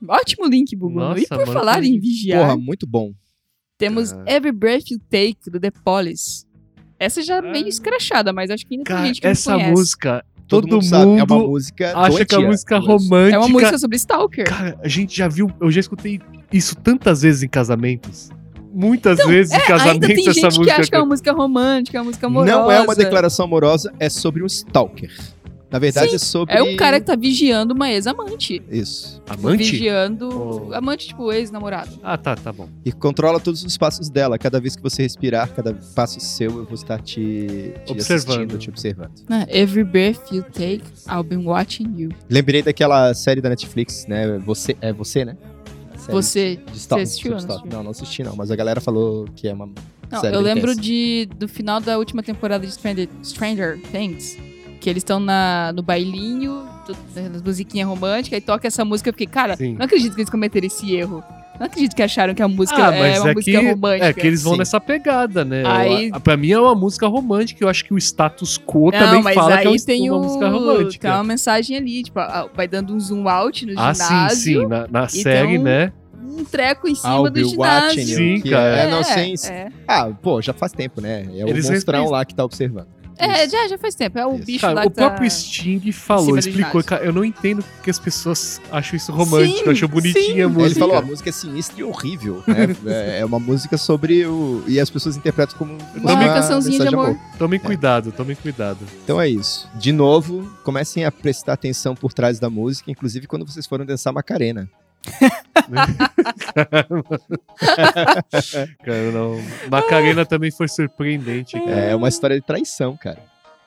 A: ótimo link, Bubu. e
B: Nossa,
A: por
B: mano,
A: falar
B: que- Ah.
A: em vigiar,
C: Porra, muito bom.
A: temos
B: cara.
A: Every Breath You Take, do The Police. Essa já é meio escrachada, mas acho que ainda tem
B: Mano, Ah. cara,
A: gente que
B: essa
A: não conhece.
B: música, todo, mundo,
C: sabe, é uma música
B: acha que é uma
C: doentia.
B: música
C: Doentia.
B: romântica.
A: É uma música sobre Stalker.
B: Cara, a gente já viu, eu já escutei isso tantas vezes em casamentos. Muitas vezes em
A: Então, é, Ainda tem
B: casamentos
A: gente
B: essa
A: que
B: música.
A: acha que é uma música romântica, é uma música amorosa.
C: Não é uma declaração amorosa, é sobre um stalker. Na verdade, é sobre.
A: É um cara que tá vigiando uma ex-amante.
C: Isso.
B: Amante?
A: Vigiando.
B: Oh.
A: Amante, tipo, ex-namorado.
B: Ah, tá, tá bom.
C: E controla todos os passos dela. Cada vez que você respirar, cada passo seu, eu vou estar te, te
B: Observando.
C: assistindo, te observando.
A: Né? Every breath you take, I'll be watching you.
C: Lembrei daquela série da Netflix, né? Você, é você, né? Série
A: Você.
C: de stalk-
A: assistiu ou não
C: sobre stalk.
A: assistiu?
C: Não, não assisti não, mas a galera falou que é uma
A: Não,
C: série
A: eu
C: bem
A: lembro
C: tensa.
A: de do final da última temporada de Stranger, Stranger Things. Que eles estão na- no bailinho, tu- nas musiquinhas românticas, e toca essa música. Eu fiquei, cara,
B: Sim.
A: não acredito que eles cometeram esse erro. Não acredito que acharam que a música
B: ah,
A: é
B: mas
A: uma
B: é, que,
A: música romântica.
B: é que eles vão
C: Sim.
B: nessa pegada, né?
A: Aí-
B: Eu- pra mim é uma música romântica, eu acho que o status quo
A: Não,
B: também
A: mas
B: fala
A: aí
B: que é um-
A: tem
B: uma
A: o-
B: música
A: Tem
B: romântica.
A: uma mensagem ali, tipo, a- vai dando um zoom out no
B: Ah, sim,
A: ginásio.
B: sim, na, na
A: Então,
B: série, né?
A: um treco em
C: I'll
A: cima do
C: be watching
A: ginásio.
B: Sim,
C: you, que
B: cara.
C: É, não, sem...
A: É,
C: Ah, pô, já faz tempo, né? É
B: Eles
C: o monstrão
B: respeitam.
C: lá que tá observando.
A: É,
C: Isso.
A: já, já faz tempo. É o
C: Isso.
A: bicho
B: Cara,
A: lá
B: o
A: que tá-
B: próprio Sting
A: em
B: falou,
A: cima do
B: explicou.
A: ginásio.
B: Cara, eu não entendo porque as pessoas acham isso romântico,
A: Sim,
B: acham bonitinha a
A: sim.
B: música.
C: Ele falou, a música é sinistra e horrível. né? é, é uma música sobre o. E as pessoas interpretam como
A: Uma cançãozinha de
C: mensagem
A: amor.
C: É.
B: Tomem cuidado, tomem cuidado.
C: Então é isso. De novo, comecem a prestar atenção por trás da música, inclusive quando vocês forem dançar Macarena.
B: Cara, não. Macarena também foi surpreendente. cara.
C: É uma história de traição, cara.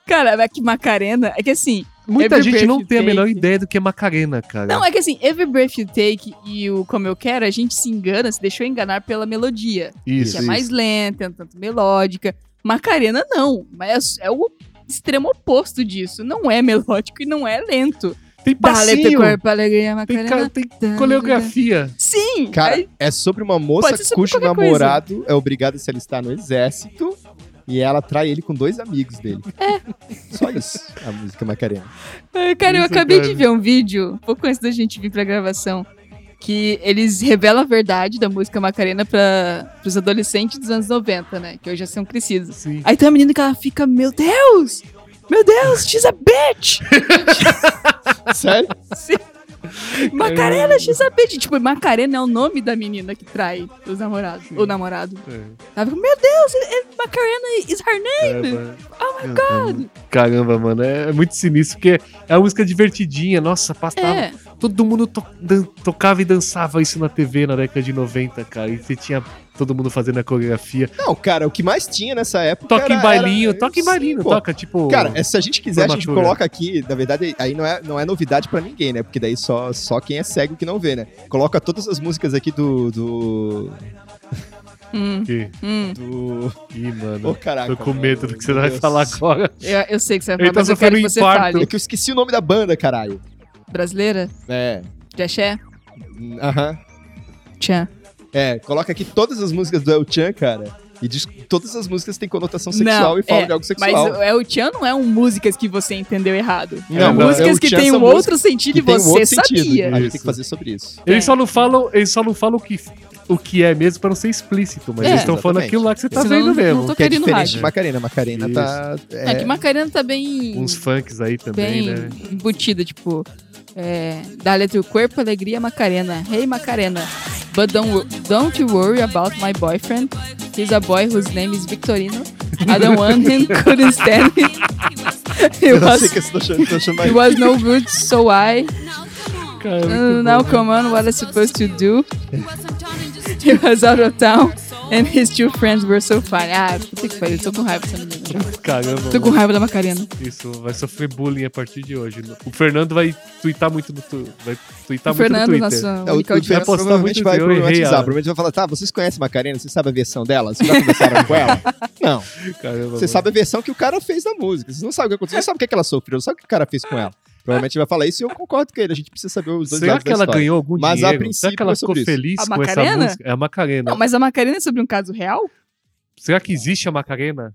A: Cara, é que Macarena. É que assim.
B: Muita
A: Every
B: gente
A: Breath
B: não
A: You
B: tem a
A: Take-
B: menor ideia do que é Macarena, cara.
A: Não, é que assim, Every Breath You Take e o Como Eu Quero, a gente se engana, se deixou enganar pela melodia. que
B: isso,
A: é mais lenta, é um tanto melódica. Macarena não, mas é o extremo oposto disso. Não é melódico e não é lento.
B: isso. Tem
A: Dale teu
B: passinho,
A: corpo, alegria,
B: tem,
A: Macarena.
B: ca- tem
A: Dale,
B: coreografia.
A: Sim!
C: Cara,
A: aí-
C: é sobre uma moça
A: um, né? Pode ser sobre
C: cujo
A: qualquer coisa.
C: namorado é obrigado a se alistar no exército e ela trai ele com dois amigos dele. É. Só isso, a música Macarena.
A: ai, cara, eu
B: Isso,
A: acabei
B: cara.
A: de ver um vídeo, pouco antes da gente vir pra gravação, que eles revelam a verdade da música Macarena pra, pros adolescentes dos anos 90, né? Que hoje já são crescidos.
B: Sim.
A: Aí tem uma menina que ela fica, meu Deus! Meu Deus, she's a bitch!
C: Sério?
A: Macarena, she's a bitch! Tipo, Macarena é o nome da menina que trai os namorados. O namorado.
B: É,
A: Ela fica, meu Deus, é- é Macarena is her name!
B: caramba.
A: Oh
B: Caramba. Caramba, mano, é, é muito sinistro, porque é uma música divertidinha, nossa, passava.
A: É,
B: Todo mundo to- dan- tocava e dançava isso na TV na década de 90, cara. E você tinha todo mundo fazendo a coreografia.
C: Não, cara, o que mais tinha nessa época.
B: Toca em
C: era-
B: bailinho,
C: era-
B: toca em
C: Sim,
B: bailinho,
C: pô.
B: toca tipo.
C: Cara, é, se a gente quiser, a gente
B: Formatura.
C: coloca aqui. Na verdade, aí não é, não é novidade pra ninguém, né? Porque daí só, só quem é cego que não vê, né? Coloca todas as músicas aqui do. Do.
A: hum,
B: Ih,
A: hum.
C: do...
B: Ih, mano.
C: Ô, caraca.
B: Tô com
C: mano,
B: medo do que você
C: meu
B: vai
C: Deus.
B: falar agora.
A: Eu, eu sei que você vai falar,
B: Ele tá
A: mas eu quero que
B: sofrendo
A: você
B: infarto.
A: fale.
C: É que eu esqueci o nome da banda, caralho.
A: Brasileira?
C: É.
A: De axé?
C: Aham.
A: Tchan.
C: É, coloca aqui todas as músicas do El Chan, cara. E diz que todas as músicas têm conotação sexual
A: Não,
C: e falam
A: é,
C: de algo
A: Mas
C: sexual.
A: o- é, o Tchan não é um músicas que você entendeu errado.
C: Não,
A: Não,
B: não,
A: músicas
C: é o
A: que
C: Tchan
A: tem
C: são
A: um outro sentido e
C: Que tem um
A: você
C: outro sentido.
A: sabia.
C: A gente tem
B: Isso.
C: que fazer sobre isso.
A: É.
B: Eles só não falam, eles só não falam o que, o que é mesmo pra não ser explícito, mas
A: É.
B: eles estão falando
C: Exatamente.
B: aquilo lá que você tá
A: Senão
B: vendo
A: não-
B: mesmo.
A: não tô
C: Que é
A: Querendo
C: diferente
A: rádio.
C: de Macarena. Macarena
B: Isso.
C: tá.
A: É, que
C: É,
A: Macarena tá bem,
B: Uns funks aí também,
A: bem
B: né?
A: embutida, tipo... É, da letra o corpo, alegria, Macarena. Hey, Macarena. But don't, wo- don't you worry about my boyfriend. He's a boy whose name is Victorino. I don't want him, couldn't stand him. It
C: eu não sei
A: was
C: o que você tá achando, tô achando mais-
A: It was no good, so I.
B: Cara, é
A: Uh,
B: muito
A: now
B: bom.
A: come on, what I supposed to do? He was out of town and his two friends were so fine. Ah, puta que pariu, tô com raiva dessa menina.
B: Caramba,
A: Tô com
B: mano.
A: raiva da Macarena.
B: isso vai sofrer bullying a partir de hoje. O Fernando vai twittar muito no, tu, vai
A: o
B: twittar muito no
A: Fernando,
B: Twitter.
A: nosso
C: É, o, o
A: único audiência.
C: Fernando
B: postar
C: provavelmente
B: muito
C: vai
B: que eu errei
C: problematizar.
B: a-
C: Provavelmente vai falar, tá, vocês conhecem Macarena, vocês sabem a versão dela? Vocês já conversaram com ela? Não.
B: Caramba,
C: Você
B: mano.
C: sabe a versão que o cara fez da música. Vocês não sabem o que aconteceu, não sabem o que, é que ela sofreu, não sabem o que o cara fez com ela. Provavelmente vai falar isso e eu concordo com ele. A gente precisa saber os dois
B: Será
C: lados
B: que
C: da
B: ela
C: história.
B: ganhou algum
C: Mas a
B: dinheiro? Será
C: princípio
B: que ela
C: é
B: ficou
C: sobre isso.
B: feliz
A: A
B: com essa
A: Macarena?
B: música? É a Macarena.
A: Não, mas a Macarena é sobre um caso real?
B: Será que existe a Macarena?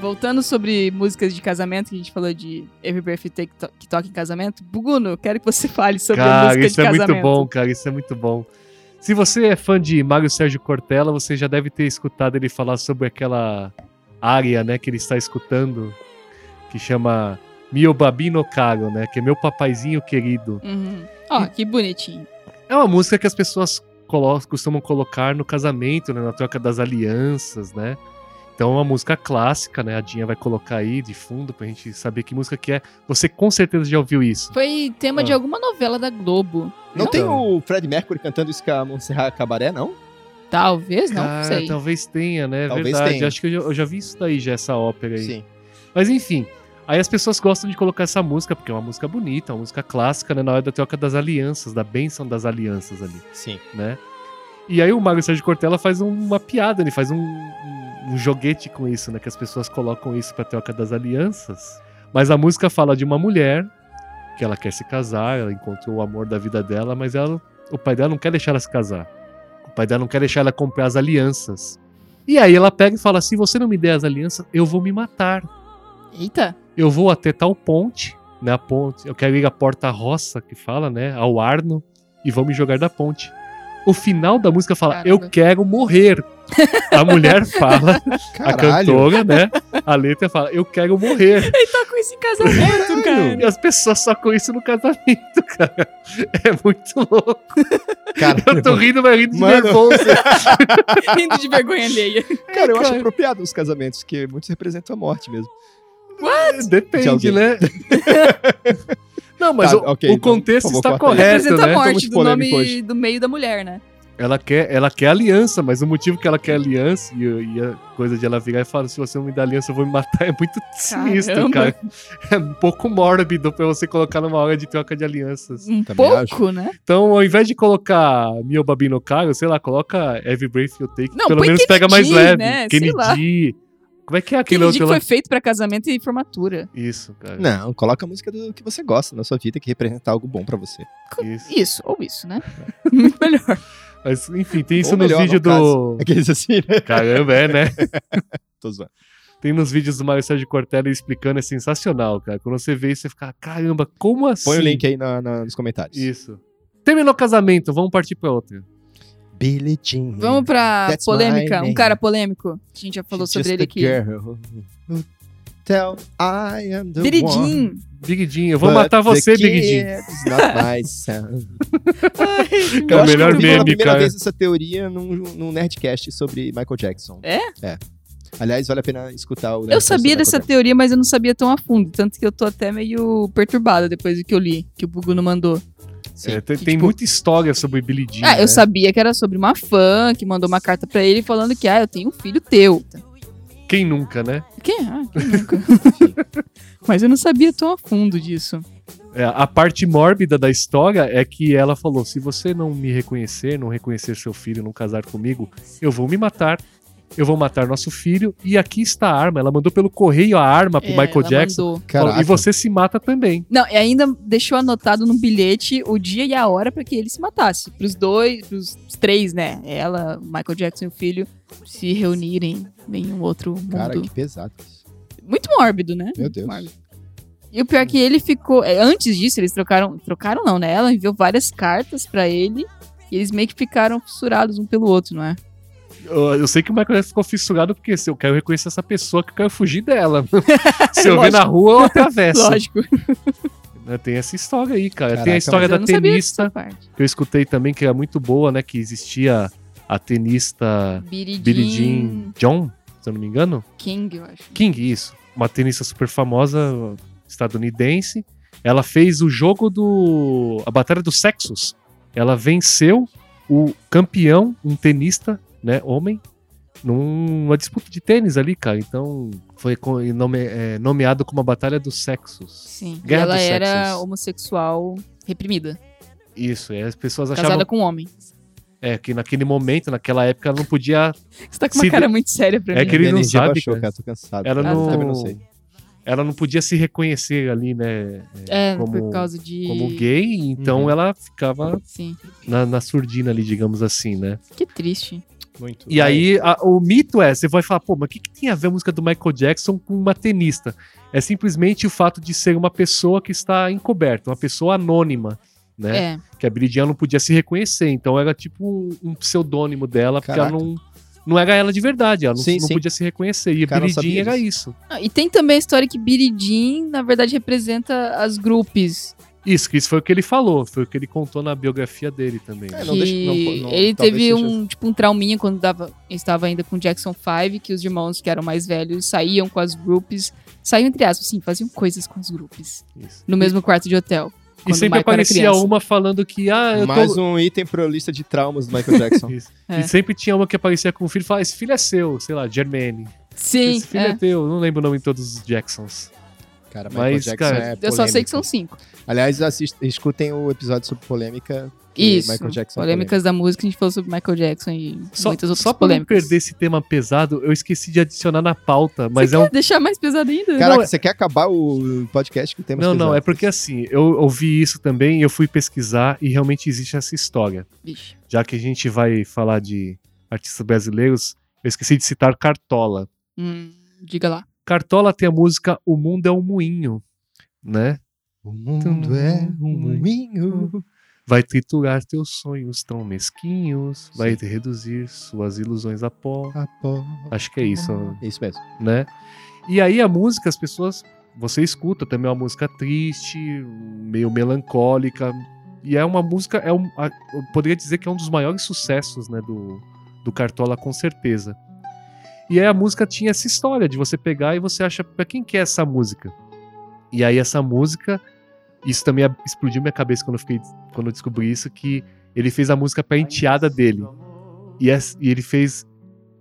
A: Voltando sobre músicas de casamento, que a gente falou de Every Breath You Take to- que toca em casamento. Buguno, quero que você fale sobre a
B: Cara,
A: música
B: isso
A: de
B: é
A: casamento.
B: muito bom, cara. Isso é muito bom. Se você é fã de Mário Sérgio Cortella, você já deve ter escutado ele falar sobre aquela área, né, que ele está escutando, que chama Mio Babino Caro, né, que é meu papaizinho querido.
A: Uhum. Ó, que bonitinho.
B: É uma música que as pessoas colo- costumam colocar no casamento, né, na troca das alianças, né? Então é uma música clássica, né? A Dinha vai colocar aí de fundo pra gente saber que música que é. Você com certeza já ouviu isso.
A: Foi tema
B: Ah.
A: de alguma novela da Globo.
C: Não tem
B: Então.
C: o Fred Mercury cantando isso com a Montserrat Cabaré, não?
A: Talvez, não
B: Cara,
A: sei.
B: talvez tenha, né? É
C: Talvez
B: verdade.
C: tenha.
B: Acho que eu já, eu já vi isso daí, já, essa ópera aí. Mas enfim, aí as pessoas gostam de colocar essa música, porque é uma música bonita, uma música clássica, né? Na hora da troca das alianças, da bênção das alianças ali,
C: sim.
B: né? E aí o Mário Sérgio Cortella faz um, uma piada, ele faz um, um- um joguete com isso, né? Que as pessoas colocam isso pra troca das alianças. Mas a música fala de uma mulher que ela quer se casar, ela encontrou o amor da vida dela, mas ela, o pai dela não quer deixar ela se casar. O pai dela não quer deixar ela comprar as alianças. E aí ela pega e fala: se você não me der as alianças, eu vou me matar
A: Eita.
B: eu vou até tal ponte na ponte. Eu quero ir à porta-roça, que fala, né? Ao Arno, e vão me jogar da ponte. O final da música fala,
A: Caramba.
B: eu quero morrer. A mulher fala, a
C: Caralho.
B: cantora, né? A letra fala, eu quero morrer.
A: Ele tá com esse casamento,
B: E
A: cara.
B: as pessoas só com isso no casamento, cara. É muito louco.
C: Cara,
B: Eu tô rindo, mas rindo de
C: Mano.
B: nervoso.
A: Rindo de vergonha alheia.
C: cara, eu acho
B: cara.
C: apropriado os casamentos, que muitos representam a morte mesmo. De
B: Depende,
C: alguém.
B: né? Não, mas
C: Tá,
B: o,
C: ok,
B: o
C: então,
B: contexto
C: por favor,
B: está
C: corta aí.
B: correto,
A: Representa a
B: né?
A: morte
C: muito
A: do nome
C: polêmico hoje.
A: do meio da mulher, né?
B: Ela quer, ela quer aliança, mas o motivo que ela quer aliança e, e a coisa de ela virar e falar: se você não me dá aliança, eu vou me matar, é muito sinistro,
A: Caramba.
B: cara. É um pouco mórbido pra você colocar numa hora de troca de alianças.
A: Um
C: Também
A: pouco,
C: acho.
A: né?
B: Então, ao invés de colocar Mio Babino Caro, sei lá, coloca Every Breath You Take,
A: Não,
B: pelo
A: põe
B: menos pega mais
A: Kennedy,
B: leve.
A: né? Sei lá.
B: Kennedy. Como é que é aquele
A: Aquele dia
B: outro
A: que foi
B: lá?
A: feito pra casamento e formatura.
B: Isso, cara.
C: Não, coloca a música do que você gosta na sua vida, que representa algo bom pra você.
B: Isso.
A: Isso, ou isso, né? Muito melhor.
B: Mas, enfim, tem isso
C: Ou
B: no
C: melhor,
B: vídeo
C: no caso.
B: do.
C: Aqueles assim, né?
B: Caramba, é, né?
C: Tô zoando.
B: Tem nos vídeos do Mário Sérgio Cortella explicando, é sensacional, cara. Quando você vê isso, você fica, caramba, como assim?
C: Põe o link aí na- na- nos comentários.
B: Isso. Terminou o casamento, vamos partir pra outra.
C: Billie Jean.
A: Vamos pra
C: That's my
A: polêmica. Um
C: name.
A: cara polêmico. A gente já falou
C: She's
A: sobre
C: just
A: ele
C: a
A: aqui.
C: girl who Tell I am the one,
A: Viridinho.
B: Big Jim, eu vou
C: but
B: matar você,
C: the
B: Big Jim.
C: kid's not my son.
B: É o
C: Eu acho que
B: melhor
C: eu vi pela
B: meme,
C: primeira
B: cara.
C: vez essa teoria num, num Nerdcast sobre Michael Jackson.
A: É?
C: É. Aliás, vale a pena escutar o
A: Eu
C: Nerdcast
A: sabia
C: sobre
A: dessa
C: Michael
A: teoria, mas eu não sabia tão a fundo. Tanto que eu tô até meio perturbada depois do que eu li, que o Buguno mandou.
C: Jackson.
B: É, tem
A: que,
B: tem
A: tipo-
B: muita história sobre Billy Jean.
A: ah,
B: né?
A: eu sabia que era sobre uma fã que mandou uma carta pra ele falando que, ah, eu tenho um filho teu.
B: Quem nunca, né?
A: Quem? Ah, quem nunca? mas eu não sabia tão a fundo disso.
B: É, a parte mórbida da história é que ela falou: se você não me reconhecer, não reconhecer seu filho, não casar comigo, eu vou me matar. Eu vou matar nosso filho. E aqui está a arma. Ela mandou pelo correio a arma pro
A: É,
B: Michael
A: ela
B: Jackson.
A: mandou.
B: Falou,
C: Caraca.
B: e você se mata também.
A: Não, e ainda deixou anotado no bilhete o dia e a hora pra que ele se matasse. Pros dois, pros três, né? Ela, o Michael Jackson e o filho se reunirem em um outro mundo.
C: Cara, que pesado isso.
A: Muito mórbido, né?
C: Meu Deus.
A: Mórbido. E o pior é que ele ficou. é, Antes disso, eles trocaram. Trocaram não, né? Ela enviou várias cartas pra ele. E eles meio que ficaram fissurados um pelo outro, não é?
B: Eu, eu sei que o Michael Jackson ficou fissurado porque se eu quero reconhecer essa pessoa que eu quero fugir dela. se eu ver na rua, eu atravesso.
A: Lógico.
B: Né, Tem essa história aí, cara.
C: Caraca,
B: Tem a história
A: mas eu
B: da
A: não sabia
B: tenista,
A: dessa parte.
B: que eu escutei também, que é muito boa, né? Que existia a tenista Billie
A: Biridin
B: Jean John, se eu não me engano.
A: King, eu acho.
B: King, isso. Uma tenista super famosa estadunidense. Ela fez o jogo do. A Batalha dos Sexos. Ela venceu o campeão, um tenista, né? Homem, numa disputa de tênis ali, cara. Então foi co- nome- é, nomeado como a Batalha dos Sexos.
A: Sim. E
B: Guerra
A: ela
B: dos
A: era
B: Sexos.
A: homossexual reprimida.
B: Isso, e as pessoas achavam
A: Casada com um homem.
B: é, que naquele momento, naquela época, ela não podia.
A: Você tá com uma
B: Se-
A: cara muito séria pra
B: É
A: mim.
B: que ele
C: Minha
B: não
C: energia
B: sabe,
C: baixou,
B: cara.
C: cara. Tô cansado.
B: Ela
A: Ah,
B: não.
A: tá.
C: Também não sei.
B: Ela não podia se reconhecer ali, né?
A: É,
B: como-
A: por causa de.
B: Como gay, então
C: Uhum.
B: ela ficava
A: Sim.
B: na, na surdina ali, digamos assim, né?
A: Que triste.
C: Muito.
B: E aí, a- o mito é, você vai falar, pô, mas o que, que tem a ver a música do Michael Jackson com uma tenista? É simplesmente o fato de ser uma pessoa que está encoberta, uma pessoa anônima, né?
A: É.
B: Que a Billie Jean não podia se reconhecer, então era tipo um, um pseudônimo dela,
C: Caraca.
B: porque ela não... Não era ela de verdade, ela não,
C: Sim,
B: não
C: sim.
B: podia se reconhecer. E a
C: Cara, não
B: Billie Jean
C: sabia
B: era
C: disso.
B: isso.
A: Ah, E tem também a história que Biridim, na verdade, representa as grupos.
B: Isso, que isso foi o que ele falou, foi o que ele contou na biografia dele também.
C: É,
B: né?
C: não deixa- não-
A: que
C: não-
A: ele
C: talvez
A: teve
C: seja-
A: um, tipo, um trauminha quando dava, estava ainda com Jackson 5, que os irmãos que eram mais velhos saíam com as grupos. Saíam entre aspas, sim, faziam coisas com as grupos.
B: Isso.
A: No mesmo quarto de hotel.
B: E
A: quando o
B: sempre
A: Michael era
B: aparecia
A: criança.
B: uma falando que, ah, eu tô...
C: Mais um item pra lista de traumas do Michael Jackson.
B: Isso.
A: É.
B: E sempre tinha uma que aparecia com o filho e falava: Esse filho é seu, sei lá, Germaine.
A: Sim,
B: Esse filho é.
A: é.
B: teu. Não lembro o nome de todos os Jacksons.
C: Cara, Michael
B: Mas,
C: Jackson
B: cara,
C: é
A: eu só sei que
C: polêmico.
A: são cinco.
C: Aliás, assist- escutem o episódio sobre polêmica. que
A: Isso.
C: Michael Jackson é
A: polêmicas da música, a gente falou sobre Michael Jackson e
B: Só,
A: muitas outras
B: só pra não
A: polêmicas.
B: perder esse tema pesado, eu esqueci de adicionar na pauta, mas
A: Você
B: é um.
A: quer deixar mais pesado ainda?
C: Caraca,
B: Não, é-
C: você quer acabar o podcast que temos
B: Não, não, é porque assim, eu ouvi isso também e eu fui pesquisar e realmente existe essa história.
A: Vixe.
B: Já que a gente vai falar de artistas brasileiros, eu esqueci de citar Cartola.
A: Hum, diga lá.
B: Cartola tem a música O Mundo é um Moinho, né?
C: O mundo é um moinho.
B: Vai triturar teus sonhos tão mesquinhos, vai te reduzir suas ilusões a pó.
C: a pó.
B: Acho que é isso,
C: Isso mesmo.
B: né? E aí a música, as pessoas, você escuta também é uma música triste, meio melancólica, e é uma música, é um, a- eu poderia dizer que é um dos maiores sucessos, né, do, do Cartola com certeza. E aí a música tinha essa história de você pegar e você acha pra quem que é essa música? E aí essa música, isso também ab- explodiu minha cabeça quando eu fiquei quando eu descobri isso que ele fez a música pra enteada dele. E, as- e ele fez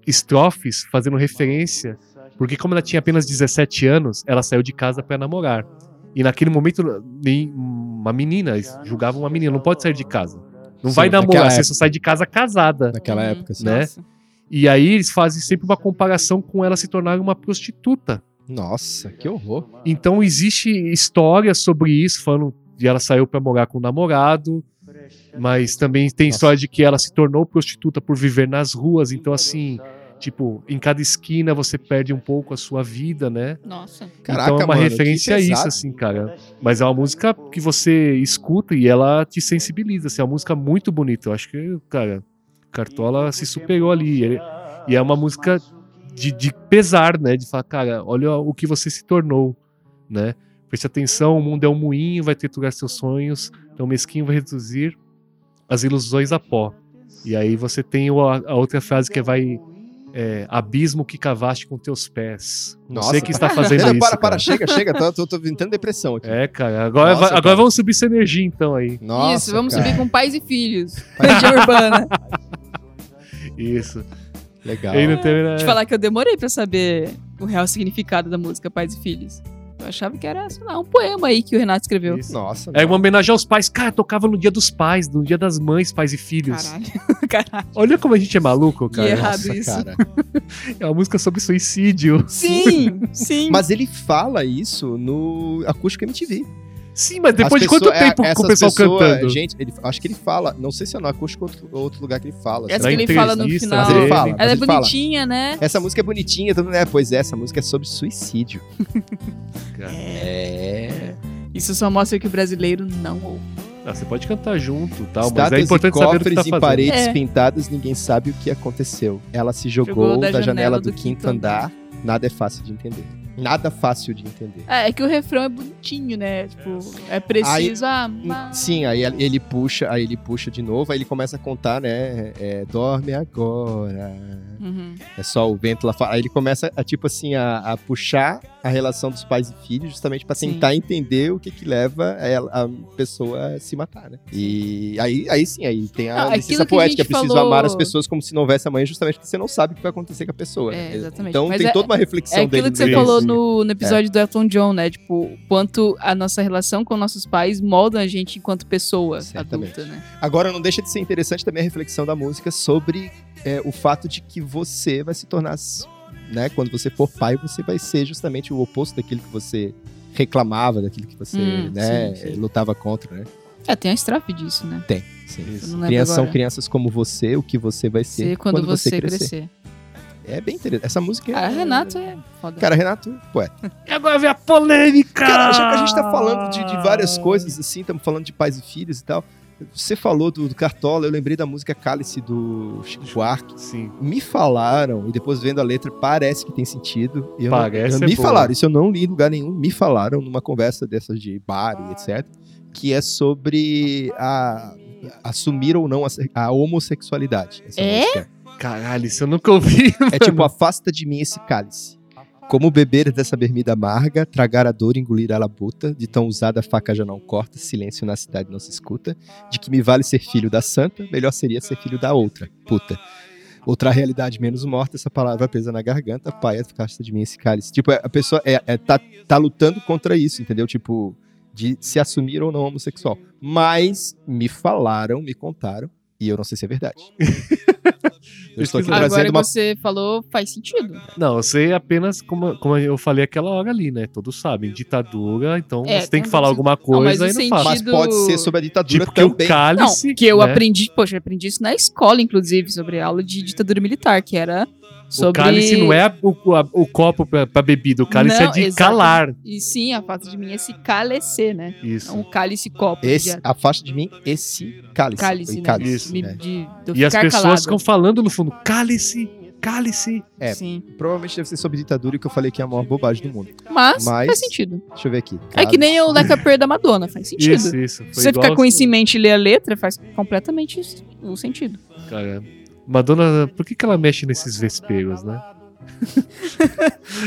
B: estrofes fazendo referência porque como ela tinha apenas 17 anos, ela saiu de casa para namorar. E naquele momento, nem- uma menina, julgava uma menina, não pode sair de casa. Não
C: Sim,
B: vai
C: naquela
B: namorar, você
C: época.
B: só sai de casa casada.
C: Naquela
A: Uhum.
C: época, assim.
B: Né?
A: Nossa.
B: E aí eles fazem sempre uma comparação com ela se tornar uma prostituta.
C: Nossa, que horror.
B: Então existe história sobre isso, falando de ela saiu para morar com o namorado, mas também tem
C: Nossa.
B: história de que ela se tornou prostituta por viver nas ruas. Então assim, tipo, em cada esquina você perde um pouco a sua vida, né?
A: Nossa.
C: Caraca,
B: então é uma
C: mano, que
B: referência a isso,
C: pesado.
B: assim, cara. Mas é uma música que você escuta e ela te sensibiliza, assim, é uma música muito bonita. Eu acho que, cara, Cartola se superou ali. Ele- E é uma música de, de pesar, né? De falar, cara, olha o que você se tornou, né? Preste atenção, o mundo é um moinho, vai triturar seus sonhos, então o mesquinho vai reduzir as ilusões a pó. E aí você tem o- a, a outra frase que é vai é, abismo que cavaste com teus pés. Não
C: Nossa,
B: sei que está fazendo
C: Não,
B: isso.
C: para,
B: cara.
C: para, chega, chega. Tô, tô, tô entrando depressão aqui.
B: É, cara. Agora,
C: Nossa,
B: vai- agora
C: cara.
B: vamos subir essa energia, então, aí.
C: Nossa,
A: Isso, vamos
C: cara,
A: subir com pais e filhos. de urbana.
B: Isso.
C: Legal.
B: Ele não teve, né?
A: Te falar que eu demorei pra saber o real significado da música Pais e Filhos. Eu achava que era, sei lá, um poema aí que o Renato escreveu.
B: Isso.
C: Nossa,
B: É
C: não.
B: uma homenagem aos pais. Cara, tocava no dia dos pais, no dia das mães, pais e filhos.
A: Caralho. Caralho.
B: Olha como a gente é maluco, cara.
A: E errado
C: Nossa,
A: isso.
C: cara.
B: É uma música sobre suicídio.
A: Sim, sim.
C: Mas ele fala isso no Acústico MTV.
B: Sim, mas depois
C: As
B: de quanto
C: pessoas- é,
B: tempo com
C: essas
B: o pessoal
C: pessoas,
B: cantando?
C: Gente, ele, acho que ele fala. Não sei se é no Acústico ou outro, outro lugar que ele fala.
A: Essa
B: Na
C: sabe?
A: que ele fala no
B: entrevista né?
A: final.
C: Mas ele
B: dele.
C: fala.
A: Ela é
C: Mas ele fala.
A: bonitinha, né?
C: Essa música é bonitinha, todo mundo. É, pois é, essa música é sobre suicídio. É.
A: Isso só mostra que o brasileiro não ouve.
B: Ah, você pode cantar junto tal, mas é
C: Estátuas e
B: importante saber o que
C: cofres
B: tá
C: e
B: fazendo.
C: paredes
A: É.
C: pintadas, ninguém sabe o que aconteceu. Ela se jogou, da, janela, do, quinto andar. Nada é fácil de entender. Nada fácil de entender.
A: É, é que o refrão é bonitinho, né? Tipo, é preciso amar.
C: Sim, aí ele ele puxa, aí ele puxa de novo, aí ele começa a contar, né? é, dorme agora.
A: Uhum.
C: É só o vento lá fora. Aí ele começa a, tipo assim, a, a puxar a relação dos pais e filhos, justamente pra
A: Sim.
C: tentar entender o que que leva ela- a pessoa a se matar, né? E aí, aí sim, aí tem a
A: Ah,
C: licença
A: aquilo que a
C: poética. É
A: gente
C: Preciso
A: falou-
C: amar as pessoas como se não houvesse amanhã, justamente porque você não sabe o que vai acontecer com a pessoa.
A: É,
C: né?
A: exatamente.
C: Então
A: Mas
C: tem
A: é-
C: toda uma reflexão
A: É aquilo
C: dele
A: que você
C: mesmo.
A: falou no, no episódio do Elton John, né? Tipo, o quanto a nossa relação com nossos pais molda a gente enquanto pessoa
C: Certamente.
A: adulta, né?
C: Agora, não deixa de ser interessante também a reflexão da música sobre é, o fato de que você vai se tornar, s- né? Quando você for pai, você vai ser justamente o oposto daquilo que você reclamava, daquilo que você,
A: Hum,
C: né,
A: sim,
C: lutava contra, né?
A: É, tem a estrofe disso, né?
C: Tem, sim.
A: Eu não lembro
C: Crianças são
A: agora.
C: crianças como você, o que você vai ser
A: Ser quando, você crescer.
C: É bem interessante. Essa música é...
A: Cara, Renato é foda.
C: Cara, Renato, poeta.
B: E agora vem a polêmica!
C: Cara, já que a gente tá falando de, de várias coisas, assim, estamos falando de pais e filhos e tal. Você falou do, do Cartola, eu lembrei da música Cálice do Chico Buarque.
B: Sim.
C: me falaram, e depois vendo a letra, parece que tem sentido. e Eu,
B: Parece
C: eu-
B: é
C: me
B: boa.
C: falaram, isso eu não li em lugar nenhum, me falaram numa conversa dessas de bar e etc, que é sobre a- assumir ou não a, se- a homossexualidade. essa
A: É?
C: música.
B: Caralho, isso eu nunca ouvi.
C: É tipo, afasta de mim esse cálice. Como beber dessa bermida amarga, tragar a dor, engolir a labuta, de tão usada a faca já não corta, silêncio na cidade não se escuta, de que me vale ser filho da santa, melhor seria ser filho da outra, puta. Outra realidade menos morta, essa palavra presa na garganta, pai, afasta de mim esse cálice. Tipo, é- a pessoa é, é- tá, tá lutando contra isso, entendeu? Tipo, de se assumir ou não homossexual. Mas me falaram, me contaram, e eu não sei se é verdade. eu estou aqui
B: Pesquisa.
A: Agora
C: trazendo
A: que
C: uma
A: você falou, faz sentido.
B: Não, eu sei apenas como, como eu falei aquela hora ali, né? Todos sabem, ditadura, então
A: É,
B: você tem que
A: então
B: falar
A: você-
B: alguma
A: Não, mas
B: coisa
A: o
B: e não fala.
C: Mas
A: sentido-
C: pode ser sobre a ditadura
B: Tipo, que o
C: também.
A: Não,
B: cálice.
A: que eu
B: né?
A: aprendi, poxa, eu aprendi isso na escola, inclusive, sobre aula de ditadura militar, que era Sobre...
B: O cálice não é o, o- o copo pra, pra bebida, o cálice
A: Não,
B: é de
A: exato.
B: calar.
A: E sim, a falta de mim é se calecer, né?
B: Isso.
A: Não cálice copo.
C: Esse,
A: de-
C: afasta de mim esse cálice.
A: cálice, né?
C: cálice,
B: Isso,
A: Me-
C: né?
A: de- de eu
B: E as
A: ficar assim.
B: pessoas
A: calado.
B: ficam falando no fundo, cálice, cálice.
C: É.
A: Sim.
C: Provavelmente deve ser sobre ditadura e que eu falei que é a maior bobagem do mundo.
A: Mas,
C: Mas-
A: faz sentido.
C: Deixa eu ver aqui.
A: É que nem o Leca Perda da Madonna, faz sentido.
B: Isso, isso. Foi
A: Se você ficar
B: igual-
A: com isso em mente e ler a letra, faz completamente isso- o sentido.
B: Cara, Madonna, por que, que ela mexe nesses vespeiros, né?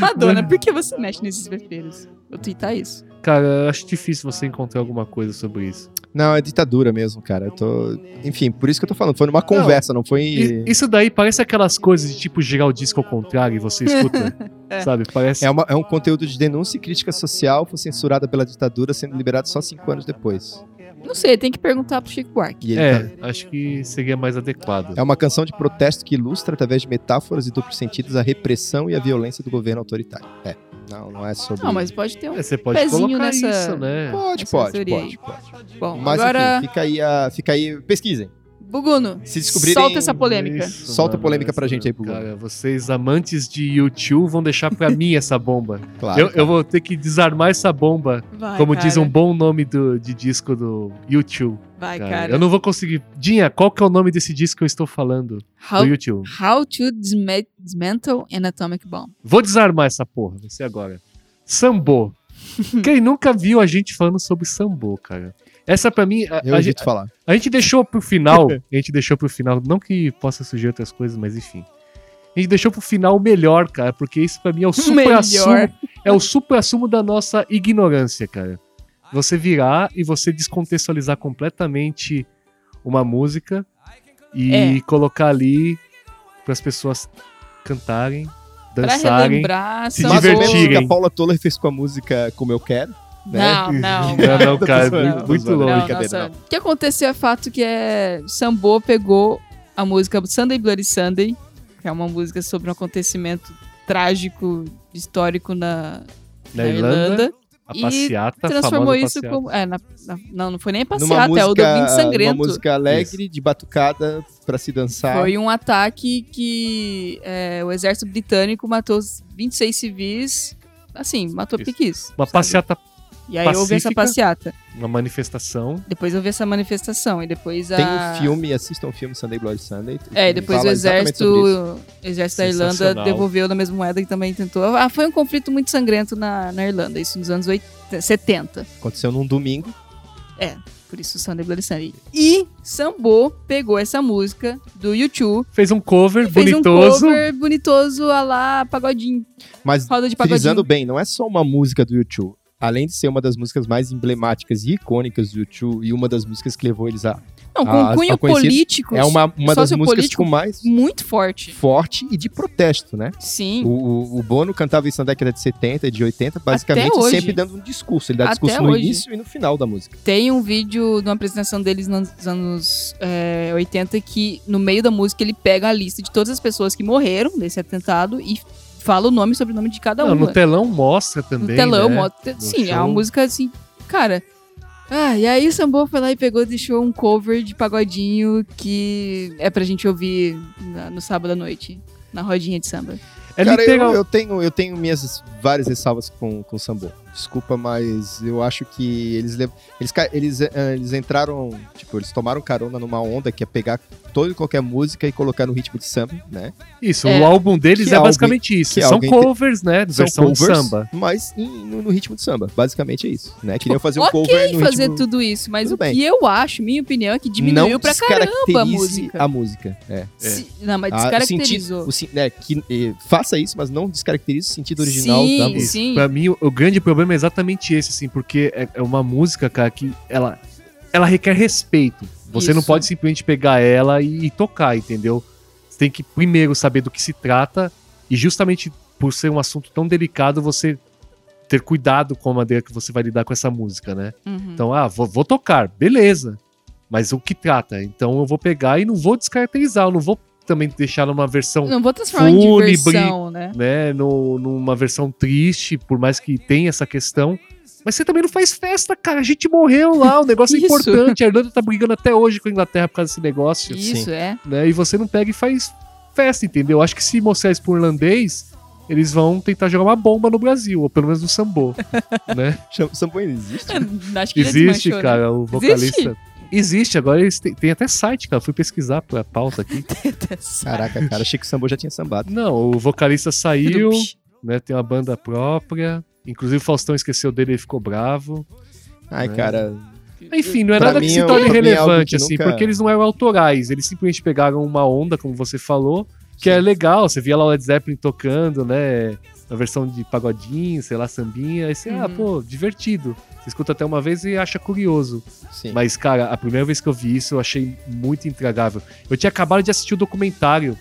A: Madonna, por que você mexe nesses bebês? Vou twittar isso.
B: Cara, eu acho difícil você encontrar alguma coisa sobre isso.
C: Não, é ditadura mesmo, cara. Eu tô... Enfim, por isso que eu tô falando. Foi numa conversa, não foi.
B: I- Isso daí parece aquelas coisas de tipo girar o disco ao contrário e você escuta.
A: É.
B: Sabe? Parece.
C: É, uma- é um conteúdo de denúncia e crítica social, foi censurada pela ditadura, sendo liberado só cinco anos depois.
A: Não sei, tem que perguntar pro Chico Buarque.
C: E ele tá-
B: É, acho que seria mais adequado.
C: é uma canção de protesto que ilustra, através de metáforas e duplos sentidos, a repressão e a violência do governo autoritário. É. Não, não é sobre.
A: Não, mas é pode ter um.
B: É, você pode
A: pezinho
B: colocar
A: nessa-
B: isso, né?
C: Pode,
A: Essa
C: pode,
A: teoria
C: pode,
A: aí.
C: pode.
A: Bom,
C: Mas
A: agora,
C: enfim, fica aí, a, fica aí. Pesquisem.
A: Buguno,
C: Se descobrirem.
A: solta essa polêmica.
B: Isso,
C: Solta a
B: mano,
C: polêmica pra
B: essa-
C: gente aí, Bugu.
B: Cara, vocês amantes de YouTube vão deixar pra mim essa bomba.
C: Claro.
B: Eu, eu vou ter que desarmar essa bomba,
A: Vai,
B: como
A: cara.
B: diz um bom nome do, de disco do YouTube.
A: Vai,
B: Cara,
A: cara.
B: Eu não vou conseguir. Dinha, qual que é o nome desse disco que eu estou falando?
A: How,
B: Do YouTube.
A: how to Disma- Dismantle an Atomic Bomb.
B: Vou desarmar essa porra, vai ser agora. Sambô. Quem nunca viu a gente falando sobre sambô, cara? Essa pra mim. A,
C: Eu
B: a
C: evito falar.
B: A gente deixou pro final. A gente deixou pro final. Não que possa surgir outras coisas, mas enfim. A gente deixou pro final o melhor, cara, porque isso pra mim é o
A: Melhor.
B: supra-sumo. É o supra-sumo da nossa ignorância, cara. Você virar e você descontextualizar completamente uma música e
A: É.
B: colocar ali pras pessoas cantarem,
A: Pra
B: dançarem.
A: relembrar,
B: se
A: são
C: Mais ou menos o que
B: divertirem.
C: a Paula Toller fez com a música Como Eu Quero. né?
A: Não, não.
B: Não, não, cara,
C: Não,
B: muito, muito
C: não,
B: longe.
C: brincadeira,
A: nossa. O que aconteceu é fato que é Sambo pegou a música Sunday Bloody Sunday, que é uma música sobre um acontecimento trágico, histórico na,
B: Na
A: na
B: Irlanda,
A: Irlanda.
B: A
A: E
C: tá
B: passeata, a
A: Transformou
B: famosa
A: isso
B: passeata.
A: como. É, na- na- não, não foi nem a passeata, é o domingo sangrento.
C: Uma música tá alegre, de batucada, pra se dançar.
A: Foi um ataque que é, o exército britânico matou os 26 civis. Assim, matou
B: Isso.
A: piquis.
B: Uma
A: sabe?
B: passeata,
A: E aí houve essa
B: pacífica.
A: passeata.
B: uma manifestação.
A: Depois houve essa manifestação. E depois a.
C: Tem um filme, assistam o filme Sunday Bloody Sunday.
A: É, e
C: que
A: depois o
C: fala exatamente
A: exército,
C: sobre isso.
A: o exército da Irlanda
B: Sensacional.
A: devolveu na mesma moeda que também tentou. Ah, foi um conflito muito sangrento na, na Irlanda, isso nos anos 80, 70.
C: Aconteceu num domingo.
A: Por isso Sunday Bloody Sunday. E Sambo pegou essa música do YouTube
B: Fez um cover
A: e fez um
B: bonitoso.
A: cover bonitoso a lá pagodinho,
C: Mas
A: roda de pagodinho.
C: frisando bem, não é só uma música do YouTube. Além de ser uma das músicas mais emblemáticas e icônicas do YouTube e uma das músicas que levou eles a.
A: Não, com
C: Ah,
A: um cunho
C: tá conhecido.
A: político
C: É uma, uma das músicas
A: sociopolítico.
C: com mais
A: muito forte.
C: forte e de protesto, né?
A: Sim.
C: O, o- o Bono cantava isso na década de 70 e de 80, basicamente
A: Até hoje.
C: sempre dando um discurso. Ele dá
A: Até
C: discurso no
A: hoje.
C: início e no final da música.
A: Tem um vídeo de uma apresentação deles nos anos é, 80 que, no meio da música, ele pega a lista de todas as pessoas que morreram nesse atentado e fala o nome e sobrenome de cada
B: Não,
A: uma.
B: Ah, no telão mostra também.
A: No telão,
B: né?
A: mostra-
B: No
A: sim, é uma
B: show.
A: música assim, cara. Ah, e aí Sambo foi lá e pegou, deixou um cover de pagodinho que é pra gente ouvir na- no sábado à noite, na rodinha de samba.
B: É
C: Cara,
B: literal.
C: eu, eu tenho, eu tenho minhas várias ressalvas com, com o Sambo. Desculpa, mas eu acho que eles lev- eles, ca- eles, eh, eles entraram, tipo, eles tomaram carona numa onda que é pegar toda e qualquer música e colocar no ritmo de samba, né?
B: Isso,
A: É.
B: o álbum deles
C: Que
B: é
C: alguém-
B: basicamente isso.
C: que
B: São
C: alguém
B: covers, né? versão samba.
C: mas em- no, no ritmo de samba. Basicamente é isso, né? Queria fazer um
A: ok
C: cover no
A: fazer
C: ritmo...
A: tudo isso, mas
C: Tudo
A: o
C: bem.
A: que eu acho, minha opinião, é que diminuiu
C: não
A: pra
C: descaracterize
A: caramba a música.
C: A música, é.
A: Se- não, mas
C: Ah, o
A: descaracterizou.
C: sentido, o, sin- é, que, eh, faça isso, mas não descaracterize o sentido original tá?
A: sim,
C: da música.
A: sim.
B: Pra mim, o- o grande problema é exatamente esse, assim, porque é, é uma música, cara, que ela, ela requer respeito. Você não
A: Isso.
B: pode simplesmente pegar ela e, e tocar, entendeu? Você tem que primeiro saber do que se trata e justamente por ser um assunto tão delicado, você ter cuidado com a maneira que você vai lidar com essa música, né?
A: Uhum.
B: Então, ah, vou, vou tocar, beleza. Mas o que trata? Então eu vou pegar e não vou descaracterizar, eu não vou também deixar numa versão,
A: não vou transformar em
B: fúnebre.
A: diversão, né?
B: né, no- numa versão triste, por mais que tenha essa questão. Mas você também não faz festa, cara. A gente morreu lá, o negócio é
A: Isso.
B: importante. A Irlanda tá brigando até hoje com a Inglaterra por causa desse negócio,
A: Isso, é.
B: né? E você não pega e faz festa, entendeu? Acho que se mostrar isso pro irlandês, eles vão tentar jogar uma bomba no Brasil, ou pelo menos no sambô, né?
C: Cham- Sampoeira existe?
A: Acho que já
B: Existe,
A: desmanchou, né?
B: cara, o vocalista. Existe? agora eles têm, tem até site, cara. Fui pesquisar pra pauta aqui.
C: Caraca, cara, achei que o Sambo já tinha sambado.
B: Não, o vocalista saiu,
A: Tudo
B: né? Tem uma banda própria. Inclusive o Faustão esqueceu dele e ficou bravo.
C: Ai,
B: É.
C: cara,
B: Enfim, não é
C: Pra
B: nada que
C: mim
B: se
C: é um-
B: torne
C: pra mim é algo
B: relevante,
C: que
B: assim,
C: nunca-
B: porque eles não eram autorais. Eles simplesmente pegaram uma onda, como você falou, que é legal. Você via lá o Led Zeppelin tocando, né? Na versão de pagodinho, sei lá, sambinha. Aí você, ah,
A: Uhum.
B: pô, divertido. Você escuta até uma vez e acha curioso.
C: sim.
B: É. Mas, cara, a primeira vez que eu vi isso, eu achei muito intragável. Eu tinha acabado de assistir o documentário.